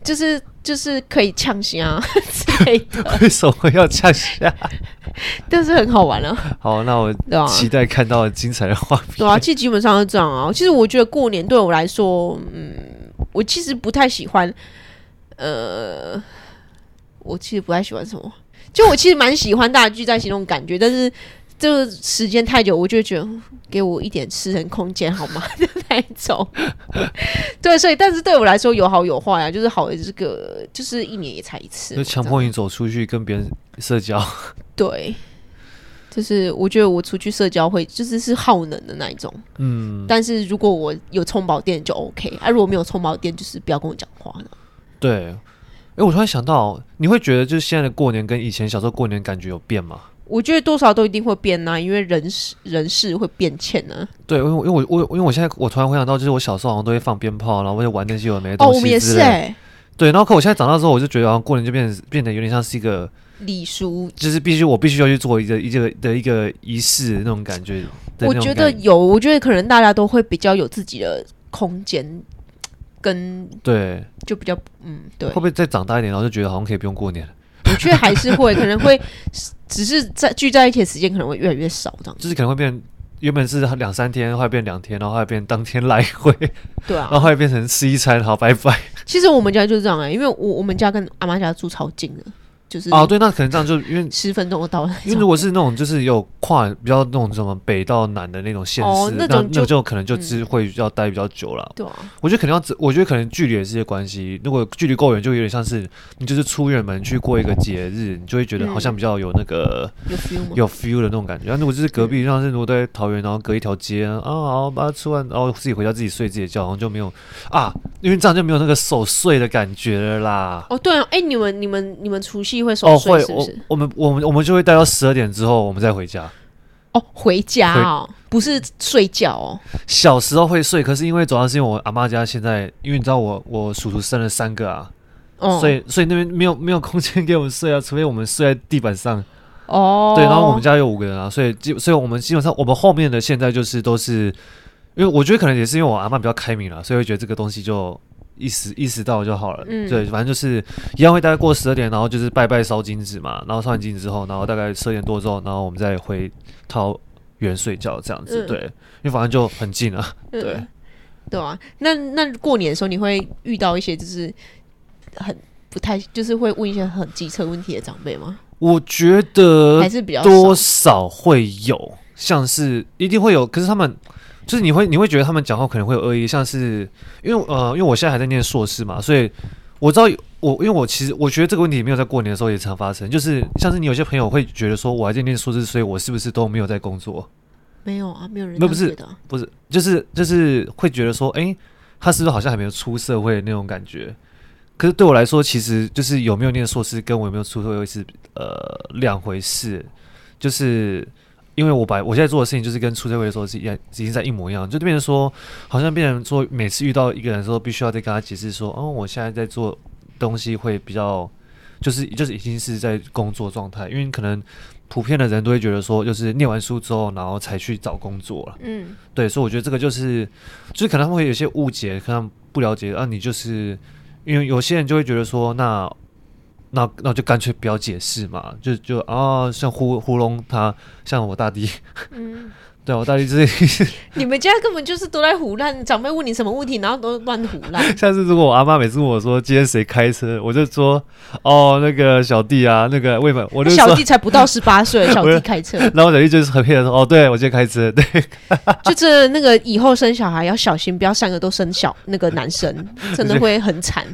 Speaker 2: 就是就是可以呛醒啊 [laughs] 之类的，
Speaker 1: [laughs] 为什么要呛下？
Speaker 2: 但是很好玩啊，
Speaker 1: 好，那我
Speaker 2: 对吧、啊？
Speaker 1: 期待看到精彩的画面。
Speaker 2: 对啊，其实基本上是这样啊。其实我觉得过年对我来说，嗯，我其实不太喜欢，呃，我其实不太喜欢什么。就我其实蛮喜欢大家聚在一起那种感觉，但是这个时间太久，我就会觉得嗯给我一点私人空间好吗？ [laughs] 的那一种。对，所以但是对我来说有好有坏啊，就是好这个就是一年也才一次啊嘛，
Speaker 1: 就强
Speaker 2: 这样
Speaker 1: 迫你走出去跟别人社交， [laughs]
Speaker 2: 对。就是我觉得我出去社交会就是是耗能的那一种，
Speaker 1: 嗯，
Speaker 2: 但是如果我有充饱电就 OK，啊，如果没有充饱电，就是不要跟我讲话了。
Speaker 1: 对。哎、我突然想到，你会觉得就是现在的过年跟以前小时候过年感觉有变吗？
Speaker 2: 我觉得多少都一定会变呐、因为人事人事会变啊迁呢、
Speaker 1: 对，因为我因为我我因为我现在我突然回想到，就是我小时候好像都会放鞭炮，然后会玩那些有的没的
Speaker 2: 哦，
Speaker 1: 东
Speaker 2: 我们也
Speaker 1: 西之
Speaker 2: 是
Speaker 1: 类的。
Speaker 2: 哎、
Speaker 1: 对，然后可我现在长大之后，我就觉得好像过年就变变得有点像是一个，
Speaker 2: 礼俗，
Speaker 1: 就是必须我必须要去做一个一个的一个仪式那种感觉的那
Speaker 2: 我
Speaker 1: 种
Speaker 2: 觉
Speaker 1: 感
Speaker 2: 得有，我觉得可能大家都会比较有自己的空间，跟
Speaker 1: 对，
Speaker 2: 就比较嗯，对嗯
Speaker 1: 会不，会再长大一点，然后就觉得好像可以不用过年了？
Speaker 2: 我觉得还是会，可能会 [laughs] 只是在聚在一起的时间可能会越来越少这样。
Speaker 1: 就是可能会变，原本是两三天，后来变两天，然后后来变当天来回，
Speaker 2: 对
Speaker 1: 然后
Speaker 2: [laughs] 啊，
Speaker 1: 后来变成吃一餐，好拜拜。
Speaker 2: 其实我们家就是这样哎、因为我我们家跟阿妈家住超近的，就是
Speaker 1: 哦，对，那可能这样就因为。
Speaker 2: 十分钟就到了那
Speaker 1: 因为
Speaker 2: 种。
Speaker 1: 如果是那种就是有跨比较那种什么北到南的那种县市，
Speaker 2: 哦
Speaker 1: 那
Speaker 2: 那种
Speaker 1: 那
Speaker 2: 就嗯
Speaker 1: 就可能就只会要待比较久了。
Speaker 2: 对啊，
Speaker 1: 我觉得可能要只，我觉得可能距离也是一些关系。如果距离够远，就有点像是你就是出远门去过一个节日，你就会觉得好
Speaker 2: 嗯
Speaker 1: 像比较有那个、
Speaker 2: 有 feel 吗？
Speaker 1: 有 feel 的那种感觉。但如果就是隔壁，像是如果在桃园，然后隔一条街啊，好把它吃完，然后自己回家自己睡自己的觉，好像就没有啊，因为这样就没有那个守岁的感觉了啦。
Speaker 2: 哦，对啊，哎、你们你们你们除夕会守
Speaker 1: 哦，
Speaker 2: 岁
Speaker 1: 会
Speaker 2: 是不
Speaker 1: 我
Speaker 2: 是？
Speaker 1: 我们我们我们就会待到十二点之后，我们再回家。
Speaker 2: 哦回家
Speaker 1: 会
Speaker 2: 哦，不是睡觉哦。
Speaker 1: 小时候会睡，可是因为主要是因为我阿妈家现在，因为你知道我我叔叔生了三个啊，
Speaker 2: 哦，
Speaker 1: 所以所以那边没有没有空间给我们睡啊，除非我们睡在地板上。
Speaker 2: 哦，
Speaker 1: 对，然后我们家有五个人啊，所以基所以我们基本上我们后面的现在就是都是，因为我觉得可能也是因为我阿妈比较开明了，所以会觉得这个东西就意识意识到就好了。
Speaker 2: 嗯
Speaker 1: 对，反正就是一样会大概过十二点，然后就是拜拜烧金纸嘛，然后烧完金纸之后，然后大概十二点多之后，然后我们再回桃园睡觉这样子。
Speaker 2: 嗯
Speaker 1: 对，因为反正就很近啊。
Speaker 2: 嗯
Speaker 1: 对
Speaker 2: 对啊，那那过年的时候你会遇到一些就是很不太，就是会问一些很机车问题的长辈吗？
Speaker 1: 我觉得
Speaker 2: 还是比较
Speaker 1: 呃多
Speaker 2: 少
Speaker 1: 少会有，像是一定会有，可是他们就是你会你会觉得他们讲话可能会有恶意，像是因为呃，因为我现在还在念硕士嘛，所以我知道我因为我其实我觉得这个问题没有在过年的时候也常发生，就是像是你有些朋友会觉得说我还在念硕士，所以我是不是都没有在工作？
Speaker 2: 没有啊，没有人
Speaker 1: 那
Speaker 2: 这
Speaker 1: 不
Speaker 2: 样
Speaker 1: 是
Speaker 2: 觉得啊、
Speaker 1: 不是，就是就是会觉得说，诶，他是不是好像还没有出社会那种感觉？可是对我来说，其实就是有没有念硕士跟我有没有出社会是呃两回事，就是因为我把我现在做的事情就是跟出社会的时候是一样，已经在一模一样，就变成说好像变成说每次遇到一个人的时候，必须要再跟他解释说，哦，我现在在做东西会比较，就是就是已经是在工作状态，因为可能普遍的人都会觉得说，就是念完书之后，然后才去找工作了。
Speaker 2: 嗯，
Speaker 1: 对，所以我觉得这个就是，就是可能他们会有一些误解，可能他们不了解啊，你就是因为有些人就会觉得说，那那那我就干脆不要解释嘛，就就啊，像糊糊弄他，像我大弟，
Speaker 2: 嗯，
Speaker 1: 对我大弟就是 [laughs]
Speaker 2: [laughs] 你们家根本就是都在胡乱，长辈问你什么问题，然后都乱胡乱。
Speaker 1: 下次如果我阿妈每次问我说今天谁开车，我就说哦那个小弟啊，那个魏本， [laughs] 我就说
Speaker 2: 小，弟才不到十
Speaker 1: [laughs]
Speaker 2: 八岁，小弟开车，
Speaker 1: 然后小弟就是很配合说哦，对我今天开车，对，
Speaker 2: 就这那个以后生小孩要小心，不要三个都生小那个男生，
Speaker 1: [laughs]
Speaker 2: 真的会很惨，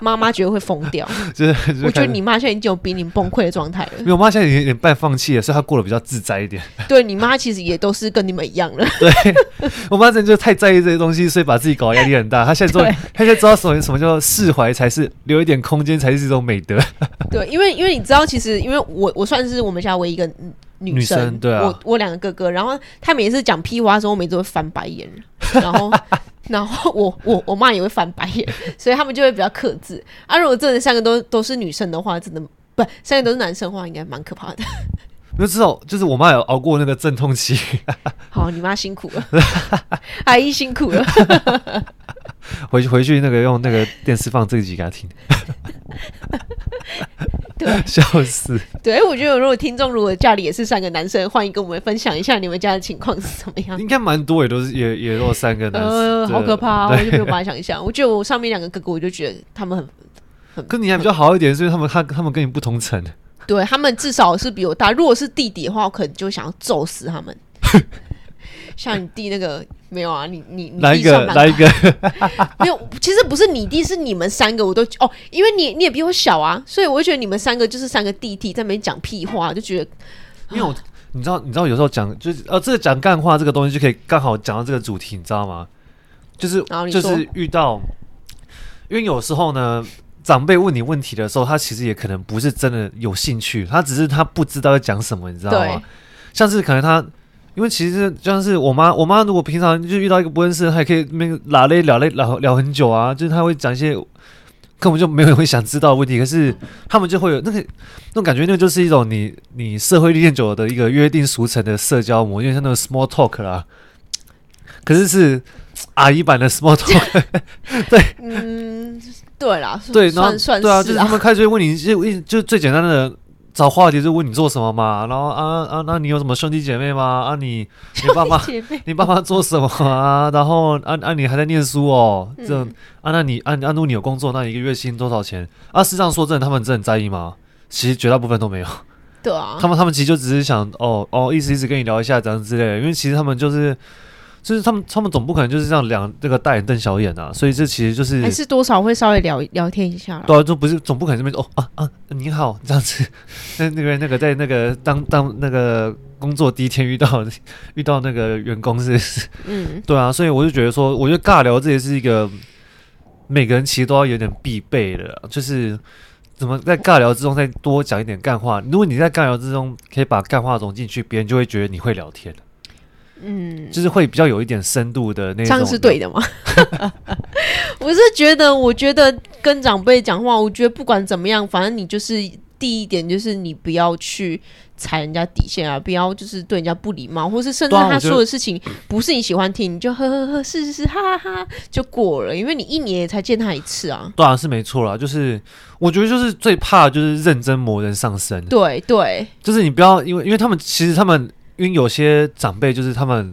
Speaker 2: 妈妈绝对会疯掉。
Speaker 1: 就是就是
Speaker 2: 我觉
Speaker 1: 开
Speaker 2: 得你妈现在已经有濒临崩溃的状态
Speaker 1: 因
Speaker 2: 了，
Speaker 1: 为我妈现在已经有点半放弃了，所以她过得比较自在一点。
Speaker 2: 对你妈其实也都是跟你们一样了。
Speaker 1: [laughs] 我妈真的就太在意这些东西，所以把自己搞得压力很大。她现在终于
Speaker 2: 对，
Speaker 1: 她现在知道什么什么叫释怀，才是留一点空间，才是一种美德。 [laughs]
Speaker 2: 对，因为因为你知道，其实因为我我算是我们家唯一一个嗯
Speaker 1: 女
Speaker 2: 女
Speaker 1: 生
Speaker 2: 生，
Speaker 1: 对啊
Speaker 2: 我我两个哥哥，然后他每次讲屁话的时候，我每次都会翻白眼，然后然后我我我妈也会翻白眼，所以他们就会比较克制。啊，如果真的三个都都是女生的话，真的不三个都是男生的话，应该蛮可怕的。 [laughs]
Speaker 1: 你就知道，就是我妈有熬过那个阵痛期， [laughs]
Speaker 2: 好，你妈辛苦了， [laughs] 阿姨辛苦了。 [laughs]
Speaker 1: 回去回去那个用那个电视放这集给她听，
Speaker 2: [laughs]
Speaker 1: [laughs]
Speaker 2: 对
Speaker 1: 笑死。
Speaker 2: 对，我觉得如果听众如果家里也是三个男生，欢迎跟我们分享一下你们家的情况是怎么样。
Speaker 1: 应该蛮多，也都是也也都有三个男生，
Speaker 2: 啊呃，
Speaker 1: 对
Speaker 2: 好可
Speaker 1: [laughs]
Speaker 2: 怕、哦！我就没有办法想象。我觉得我上面两个哥哥，我就觉得他们很
Speaker 1: 跟你还比较好一点，所以他们他他们跟你不同层。
Speaker 2: 对他们至少是比我大。如果是弟弟的话，我可能就想要揍死他
Speaker 1: [laughs]
Speaker 2: 们。像你弟那个没有啊，你你你
Speaker 1: 来一
Speaker 2: 弟算
Speaker 1: 个
Speaker 2: 蛮
Speaker 1: 来一个，
Speaker 2: 没有，其实不是你弟，是你们三个，我都哦，因为你你也比我小啊，所以我就觉得你们三个就是三个弟弟在那边讲屁话，就觉得
Speaker 1: 因为我你知道，你知道有时候讲就是呃，这个讲干话这个东西就可以刚好讲到这个主题，你知道吗？就是
Speaker 2: 然后你
Speaker 1: 就
Speaker 2: 说
Speaker 1: 是遇到，因为有时候呢，长辈问你问题的时候，他其实也可能不是真的有兴趣，他只是他不知道要讲什么，你知道吗
Speaker 2: 对？
Speaker 1: 像是可能他。因为其实就像是我妈，我妈如果平常就遇到一个不认识的，她也可以那个拉嘞聊嘞聊聊很久啊，就是她会讲一些根本就没有人会想知道的问题，可是他们就会有那个那种感觉，那个就是一种你你社会历练久了的一个约定俗成的社交模，有点像那种 small talk 啦。
Speaker 2: [laughs]
Speaker 1: 可是是阿姨版的 small talk，
Speaker 2: 嗯，对对啦，
Speaker 1: 对，然后
Speaker 2: 算算
Speaker 1: 对啊，
Speaker 2: 是
Speaker 1: 就是他们开始会问你，就一就最简单的找话题，就问你做什么嘛，然后啊啊，那你有什么兄弟姐妹吗？啊，你你爸妈
Speaker 2: [laughs] 姐妹
Speaker 1: 你爸妈做什么啊？然后啊啊，你还在念书哦，这样、
Speaker 2: 嗯
Speaker 1: 啊，那你啊啊，如果你有工作，那一个月薪多少钱？啊，事实上说真的，他们真的很在意吗？其实绝大部分都没有，
Speaker 2: 对啊，
Speaker 1: 他们他们其实就只是想哦哦，意思意思跟你聊一下这样之类的，因为其实他们就是就是他们他们总不可能就是这样两这个大眼瞪小眼啊，所以这其实就是
Speaker 2: 还是多少会稍微聊聊天一下啦。
Speaker 1: 对啊，就不是总不可能这边哦啊啊，你好这样子， [laughs] 那那个那个在那个当当那个工作第一天遇到遇到那个员工是， [laughs]
Speaker 2: 嗯，
Speaker 1: 对啊，所以我就觉得说，我觉得尬聊这也是一个每个人其实都要有点必备的啦，就是怎么在尬聊之中再多讲一点干话。如果你在尬聊之中可以把干话融进去，别人就会觉得你会聊天，
Speaker 2: 嗯，
Speaker 1: 就是会比较有一点深度的那
Speaker 2: 这
Speaker 1: 种。
Speaker 2: 样是对的吗？ [laughs] 我是觉得，我觉得跟长辈讲话，我觉得不管怎么样，反正你就是第一点就是你不要去踩人家底线啊，不要就是对人家不礼貌，或是甚至
Speaker 1: 对啊我
Speaker 2: 他
Speaker 1: 觉得
Speaker 2: 说的事情不是你喜欢听，你就呵呵呵，是是是，哈哈哈就过了，因为你一年也才见他一次啊。
Speaker 1: 对啊，是没错啦，就是我觉得就是最怕的就是认真磨人上身。
Speaker 2: 对对，
Speaker 1: 就是你不要，因为因为他们其实他们，因为有些长辈就是他们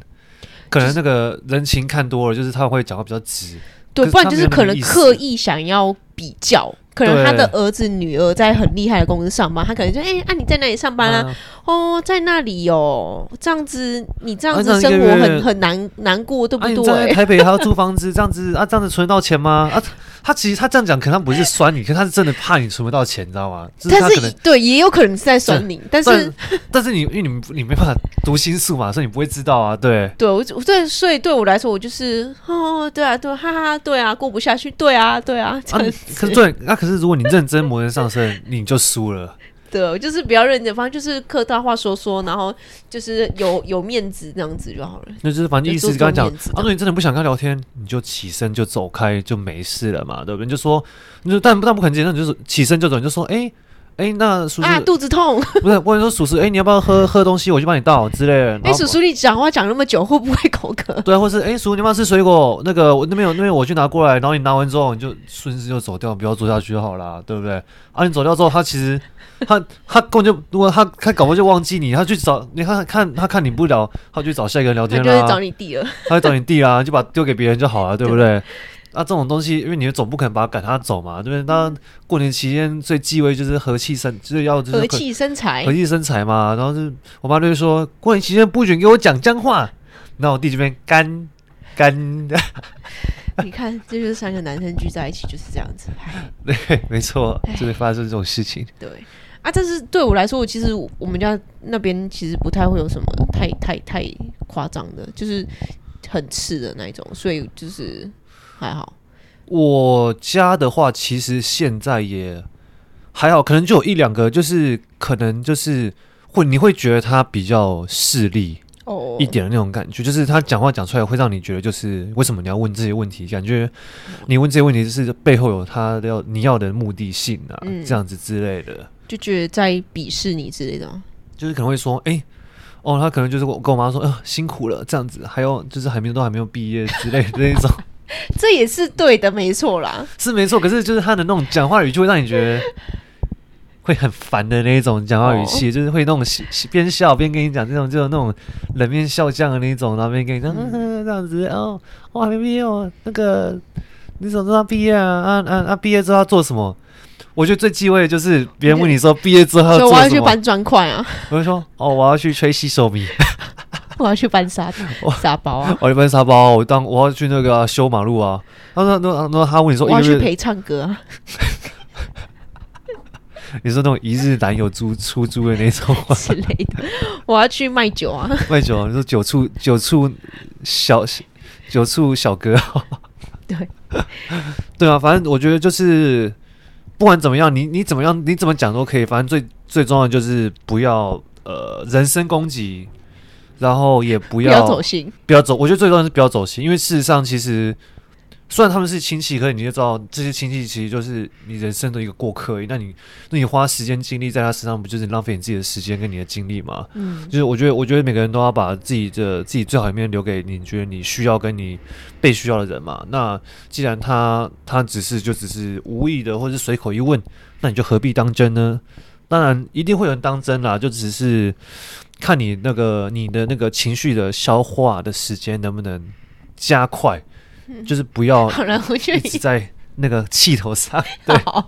Speaker 1: 可能那个人情看多了，就是他们会讲话比较直，可
Speaker 2: 对，
Speaker 1: 是
Speaker 2: 不然
Speaker 1: 他
Speaker 2: 就
Speaker 1: 没
Speaker 2: 是
Speaker 1: 有那
Speaker 2: 可
Speaker 1: 个
Speaker 2: 能
Speaker 1: 意思
Speaker 2: 刻意想要比较，可能他的儿子女儿在很厉害的公司上班，他可能就哎、啊你在哪里上班啊？
Speaker 1: 嗯
Speaker 2: 哦，在那里哦，这样子你这样
Speaker 1: 啊
Speaker 2: 子
Speaker 1: 那一个
Speaker 2: 生活
Speaker 1: 月
Speaker 2: 很很难难过，对
Speaker 1: 啊，
Speaker 2: 不
Speaker 1: 你在
Speaker 2: 对？
Speaker 1: 台北还要租房子，这样子啊，这样子存得到钱吗？啊，他其实他这样讲，可能他不是酸你，可是他是真的怕你存不到钱，你知道吗？就是他
Speaker 2: 但
Speaker 1: 可
Speaker 2: 是
Speaker 1: 能，
Speaker 2: 对，也有可能是在酸你，但是
Speaker 1: 但但是你因为你们你没办法读心术嘛，所以你不会知道啊，对。
Speaker 2: 对我我对，所以对我来说，我就是哦，对啊，对啊，哈哈，对啊，过不下去，对啊，对啊，这
Speaker 1: 啊，
Speaker 2: [laughs] 样
Speaker 1: 你
Speaker 2: 子
Speaker 1: 可是对，那、可是如果你认真磨人上身， [laughs] 你就输了。
Speaker 2: 对，我就是比较认真，反正就是客套话说说，然后就是有有面子这样子就好了。
Speaker 1: 那就是反正意思
Speaker 2: 就
Speaker 1: 跟他讲，
Speaker 2: 做面子
Speaker 1: 啊，如果你真的不想跟他聊天，你就起身就走开，就没事了嘛，对不对？你就说，你就但但不可能简单，你就是起身就走，你就说，哎、哎、那叔叔、
Speaker 2: 啊，肚子痛。
Speaker 1: 不是，我跟你说叔叔，哎、你要不要喝喝东西？我去帮你倒之类的。然
Speaker 2: 哎、
Speaker 1: 后
Speaker 2: 叔叔，你讲话讲那么久，会不会口渴？
Speaker 1: 对啊，或是哎、叔叔，你要不要吃水果？那个我那边有那边我去拿过来，然后你拿完之后你就顺势就走掉，不要坐下去就好啦，对不对？啊，你走掉之后，他其实他他根本就如果他他搞不好就忘记你，他去找你看看他看你不聊，他就去找下一个人聊
Speaker 2: 他
Speaker 1: 天啊
Speaker 2: 就会
Speaker 1: 啦。
Speaker 2: 找你弟了。
Speaker 1: 他会找你弟啊，就把丢给别人就好了，对不对？啊，这种东西，因为你总不可能把他赶他走嘛，对不对？那过年期间最忌讳就是和气生，就是要就是
Speaker 2: 和
Speaker 1: 和
Speaker 2: 气生财
Speaker 1: 和，气生财嘛。然后是我妈就会说，过年期间不准给我讲脏话。那我弟这边干干， [laughs]
Speaker 2: 你看，这就是三个男生聚在一起就是这样子。哎，
Speaker 1: 对，没错，就会发生这种事情。
Speaker 2: 对啊，但是对我来说，我其实我们家那边其实不太会有什么太太太夸张的，就是很刺的那一种，所以就是还好。
Speaker 1: 我家的话，其实现在也还好，可能就有一两个，就是可能就是会你会觉得他比较势利，
Speaker 2: 哦
Speaker 1: 一点的那种感觉，就是他讲话讲出来会让你觉得，就是为什么你要问这些问题？感觉
Speaker 2: 嗯
Speaker 1: 你问这些问题是背后有他要你要的目的性啊，
Speaker 2: 嗯
Speaker 1: 这样子之类的，
Speaker 2: 就觉得在鄙视你之类的吗。
Speaker 1: 就是可能会说，哎、哦，他可能就是跟我跟我妈说，啊、辛苦了，这样子，还有就是还没有都还没有毕业之类的 [laughs] 那一种，
Speaker 2: 这也是对的，没错啦。
Speaker 1: 是没错。可是就是他的那种讲话语气会让你觉得。会很烦的那一种讲话语
Speaker 2: 哦
Speaker 1: 气就是会那种笑边笑边跟你讲这种，就是那种冷面笑匠的那一种，然后边跟你讲、嗯这样子，哦，我还没毕业哦，那个你怎么知道毕业啊？啊啊啊！毕业之后要做什么？我觉得最忌讳的就是别人问你说毕业之后要
Speaker 2: 所以
Speaker 1: 做
Speaker 2: 我要
Speaker 1: 啊什
Speaker 2: 去
Speaker 1: 么，
Speaker 2: 搬砖块啊， [laughs]
Speaker 1: 我就说哦，我要去吹吸手米，
Speaker 2: 我要去搬沙
Speaker 1: 我
Speaker 2: 沙包啊，
Speaker 1: 我要搬沙包，我当我要去那个、修马路啊。他说那那他问你说
Speaker 2: 我
Speaker 1: 一
Speaker 2: 要
Speaker 1: 个
Speaker 2: 去
Speaker 1: 月，
Speaker 2: 陪唱歌啊，
Speaker 1: 你说那种一日男友租出租的那种 [laughs] 吗
Speaker 2: 之类的，我要去卖酒啊。
Speaker 1: 卖酒，你说酒醋 [laughs] 酒醋小酒醋小哥，啊
Speaker 2: 对，
Speaker 1: [laughs] 对啊，反正我觉得就是不管怎么样，你你怎么样，你怎么讲都可以，反正最最重要的就是不要呃人身攻击，然后也不
Speaker 2: 不
Speaker 1: 要
Speaker 2: 要走心。
Speaker 1: 不要走我觉得最重要的是不要走心，因为事实上其实虽然他们是亲戚，可是你就知道这些亲戚其实就是你人生的一个过客而已。那你那你花时间精力在他身上，不就是浪费你自己的时间跟你的精力吗？
Speaker 2: 嗯
Speaker 1: 就是我觉得，我觉得每个人都要把自己的自己最好一面留给你觉得你需要跟你被需要的人嘛。那既然他他只是就只是无意的或者随口一问，那你就何必当真呢？当然一定会有人当真啦，就只是看你那个你的那个情绪的消化的时间能不能加快，就是不要
Speaker 2: 好了，我觉
Speaker 1: 哦一
Speaker 2: 得
Speaker 1: 直
Speaker 2: 你
Speaker 1: 在那个气头上。对，
Speaker 2: 好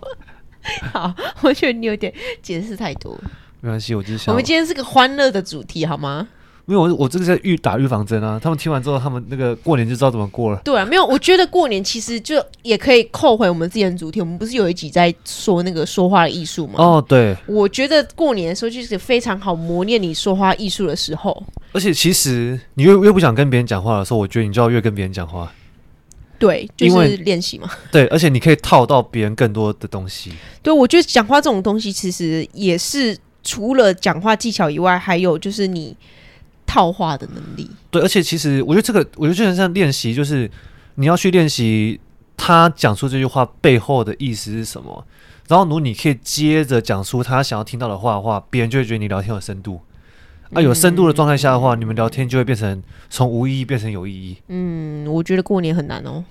Speaker 2: [laughs] 好，我觉得你有点解释太多。
Speaker 1: 没关系，我就是
Speaker 2: 我
Speaker 1: 想
Speaker 2: 们，今天是个欢乐的主题，好吗？
Speaker 1: 没有我我这个在预打预防针啊。他们听完之后，他们那个过年就知道怎么过了。
Speaker 2: 对啊，没有，我觉得过年其实就也可以扣回我们之前的主题。我们不是有一集在说那个说话的艺术吗？
Speaker 1: 哦，对，
Speaker 2: 我觉得过年的时候就是非常好磨练你说话艺术的时候。
Speaker 1: 而且其实你越越不想跟别人讲话的时候，我觉得你就要越跟别人讲话。
Speaker 2: 对，就
Speaker 1: 因为
Speaker 2: 是练习嘛。
Speaker 1: 对，而且你可以套到别人更多的东西。
Speaker 2: 对，我觉得讲话这种东西其实也是除了讲话技巧以外，还有就是你套话的能力。
Speaker 1: 对，而且其实我觉得这个，我觉得就很像练习，就是你要去练习他讲出这句话背后的意思是什么，然后如果你可以接着讲出他想要听到的话的话，别人就会觉得你聊天有深度。啊，有深度的状态下的话，你们聊天就会变成从无意义变成有意义。 [laughs]
Speaker 2: 嗯，我觉得过年很难哦。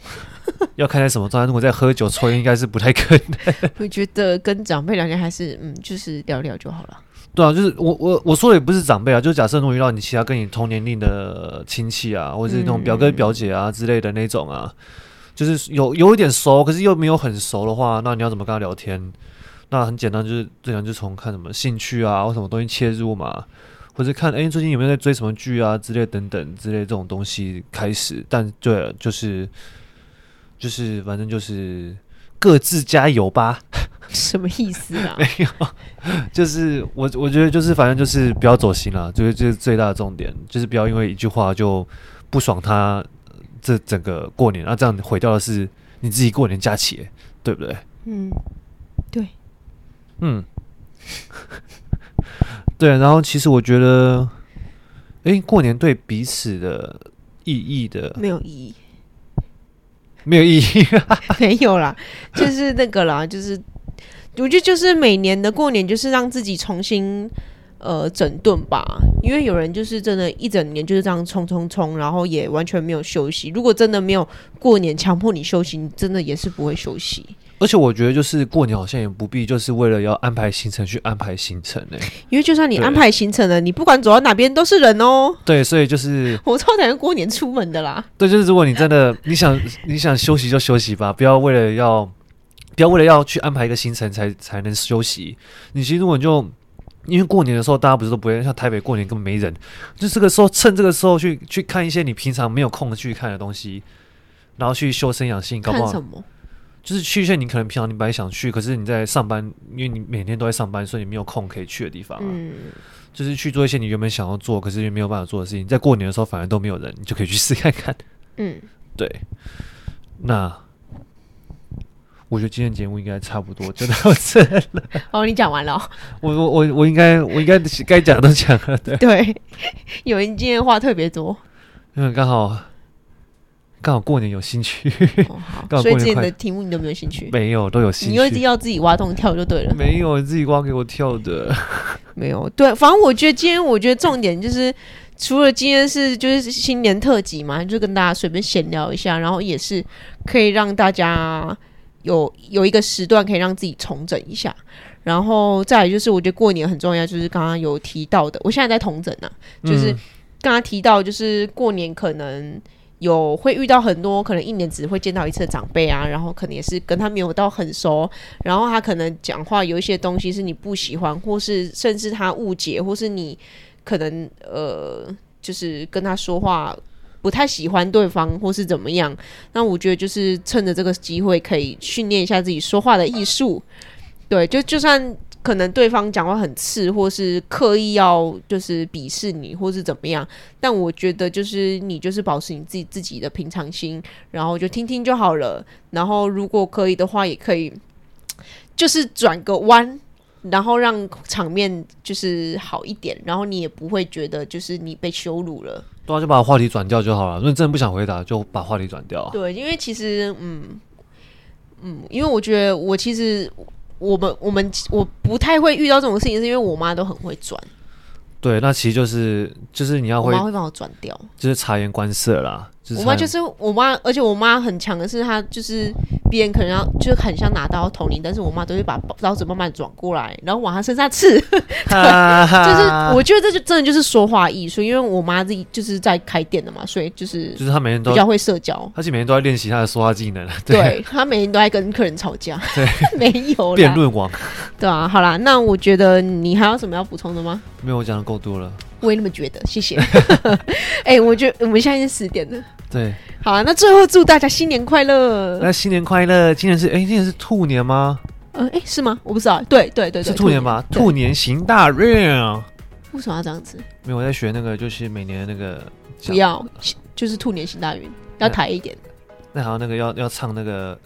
Speaker 1: 要看在什么状态，如果在喝酒抽烟，应该是不太可能。
Speaker 2: 我觉得跟长辈聊天还是嗯，就是聊聊就好了。
Speaker 1: 对啊，就是我我我说的也不是长辈啊，就是假设如果遇到你其他跟你同年龄的亲戚啊，或者是那种表哥表姐啊之类的那种啊，就是有有一点熟，可是又没有很熟的话，那你要怎么跟他聊天？那很简单，就是最简单就从看什么兴趣啊，或什么东西切入嘛，或者看哎、诶最近有没有在追什么剧啊之类等等之类这种东西开始。但对了，就是就是反正就是各自加油吧。
Speaker 2: 什么意思
Speaker 1: [laughs]
Speaker 2: 啊？
Speaker 1: 就是我，我觉得就是反正就是不要走心啦，就是这、是最大的重点，就是不要因为一句话就不爽他呃这整个过年，那、这样毁掉的是你自己过年假期，对不对？
Speaker 2: 嗯，
Speaker 1: 嗯， [laughs] 对。然后其实我觉得，诶，过年对彼此的意义的
Speaker 2: 没有意义。
Speaker 1: 没有意义， [laughs]
Speaker 2: [laughs] 没有啦，就是那个啦，就是我觉得就是每年的过年，就是让自己重新呃整顿吧，因为有人就是真的，一整年就是这样冲冲冲，然后也完全没有休息。如果真的没有过年强迫你休息，你真的也是不会休息，
Speaker 1: 而且我觉得就是过年好像也不必就是为了要安排行程去安排行程呢、
Speaker 2: 因为就算你
Speaker 1: 对
Speaker 2: 安排行程了，你不管走到哪边都是人哦、
Speaker 1: 对，所以就是
Speaker 2: 我超讨厌过年出门的啦，
Speaker 1: 对，就是如果你真
Speaker 2: [laughs]
Speaker 1: 的你想你想休息就休息吧，不要为了要不要为了要去安排一个行程才才能休息。你其实如果你就因为过年的时候，大家不是都不会像台北过年根本没人，就这个时候趁这个时候去去看一些你平常没有空去看的东西，然后去修身养性，搞不
Speaker 2: 看
Speaker 1: 好
Speaker 2: 什么？
Speaker 1: 就是去一些你可能平常你本来想去，可是你在上班，因为你每天都在上班，所以你没有空可以去的地方、啊，
Speaker 2: 嗯，
Speaker 1: 就是去做一些你原本想要做，可是也没有办法做的事情，在过年的时候反而都没有人，你就可以去试看看。
Speaker 2: 嗯，
Speaker 1: 对，那我觉得今天节目应该差不多就到这。
Speaker 2: 哦，你讲完了哦、
Speaker 1: 我我我我应该我应该该讲都讲了，对，
Speaker 2: 对， [laughs] 有人今天话特别多，
Speaker 1: 因为刚好刚好过年有兴趣， [laughs]
Speaker 2: 哦、
Speaker 1: 干
Speaker 2: 好，
Speaker 1: 嘛
Speaker 2: 所以
Speaker 1: 过年
Speaker 2: 之前
Speaker 1: 快
Speaker 2: 的题目你都没有兴趣。
Speaker 1: 没有都有兴
Speaker 2: 你又一直
Speaker 1: 趣，
Speaker 2: 要自己挖洞跳就对了，
Speaker 1: 没有你自己光给我跳
Speaker 2: [laughs]
Speaker 1: 的。
Speaker 2: 没有对，反正我觉得今天我觉得重点就是，除了今天是就是新年特辑嘛，就跟大家随便闲聊一下，然后也是可以让大家有有一个时段可以让自己重整一下，然后再来就是我觉得过年很重要，就是刚刚有提到的，我现在在同整啊，就是
Speaker 1: 嗯
Speaker 2: 刚刚提到，就是过年可能有会遇到很多可能一年只会见到一次的长辈啊，然后可能也是跟他没有到很熟，然后他可能讲话有一些东西是你不喜欢，或是甚至他误解，或是你可能呃，就是跟他说话。不太喜欢对方，或是怎么样？那我觉得就是趁着这个机会，可以训练一下自己说话的艺术。对，就就算可能对方讲话很刺，或是刻意要就是鄙视你，或是怎么样。但我觉得就是你就是保持你自己自己的平常心，然后就听听就好了。然后如果可以的话，也可以就是转个弯。然后让场面就是好一点，然后你也不会觉得就是你被羞辱了，
Speaker 1: 对啊，就把话题转掉就好了。如果你真的不想回答，就把话题转掉啊。
Speaker 2: 对，因为其实，嗯嗯，因为我觉得我其实我们我们我不太会遇到这种事情，是因为我妈都很会转，
Speaker 1: 对，那其实就是就是你要
Speaker 2: 我
Speaker 1: 会
Speaker 2: 妈会帮我转掉。
Speaker 1: 就是察言观色啦，就是
Speaker 2: 我妈
Speaker 1: 察
Speaker 2: 就是我妈，而且我妈很强的是，她就是别人可能要就很想拿刀捅你，但是我妈都会把刀子慢慢转过来，然后往她身上刺。 [laughs]
Speaker 1: 哈哈
Speaker 2: 就是我觉得这就真的就是说话艺术，因为我妈自己就是在开店的嘛，所以就是
Speaker 1: 就是他每天
Speaker 2: 比
Speaker 1: 都，
Speaker 2: 较会社
Speaker 1: [laughs]
Speaker 2: 交。
Speaker 1: 而且每天都在练习他的说话技能，
Speaker 2: 对她每天都在跟客人吵架， [laughs] 没有
Speaker 1: [laughs]
Speaker 2: 啦
Speaker 1: 辩论王。
Speaker 2: 对啊，好啦，那我觉得你还有什么要补充的吗？
Speaker 1: 没有，我讲的够多了。
Speaker 2: 我也那么觉得，
Speaker 1: [laughs]
Speaker 2: 谢 [laughs] 谢。哎、我觉得我们现在已经十点了，
Speaker 1: 对，
Speaker 2: 好啊，那最后祝大家新年快乐。
Speaker 1: 那新年快乐！今年是哎，今年是兔年吗？
Speaker 2: 嗯，哎、是吗？我不知道，对对对对，
Speaker 1: 是兔年吧？
Speaker 2: 对
Speaker 1: 兔年行大运。啊
Speaker 2: 为什么要这样子？
Speaker 1: 没有，我在学那个，就是每年那个，
Speaker 2: 不要，就是兔年行大运，
Speaker 1: 嗯
Speaker 2: 要抬一点。
Speaker 1: 那好像那个要要唱那个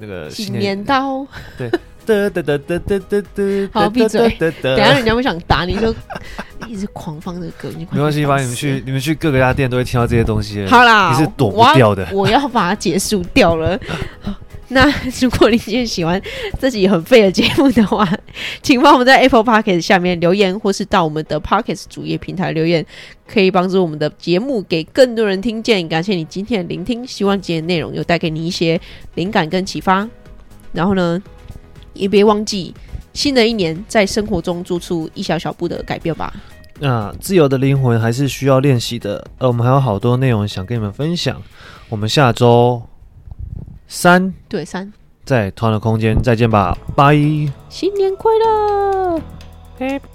Speaker 1: 那个
Speaker 2: 新年到，
Speaker 1: 哒哒哒哒哒哒哒，
Speaker 2: 好闭嘴
Speaker 1: 哒哒
Speaker 2: 等一下人家会想打你，就一直狂放这个歌，你快
Speaker 1: 没关系
Speaker 2: 点
Speaker 1: 吧？
Speaker 2: 放
Speaker 1: 你们
Speaker 2: 肆
Speaker 1: 去你们去各个家店都会听到这些东西。
Speaker 2: 好啦，
Speaker 1: 你是躲不
Speaker 2: 我要
Speaker 1: 掉
Speaker 2: [laughs]
Speaker 1: 的
Speaker 2: 我要把它结束掉了。 [laughs] 那如果你今天喜欢这集很废的节目的话，请帮我们在 Apple p o c k e t 下面留言，或是到我们的 p o c k e t 主页平台留言，可以帮助我们的节目给更多人听见。感谢你今天的聆听，希望今天的内容有带给你一些灵感跟启发。然后呢，也别忘记新的一年在生活中做出一小小步的改变吧。
Speaker 1: 那自由的灵魂还是需要练习的。呃，我们还有好多内容想跟你们分享。我们下周三
Speaker 2: 对，三
Speaker 1: 在同样的空间再见吧，拜。
Speaker 2: 新年快乐！
Speaker 1: Happy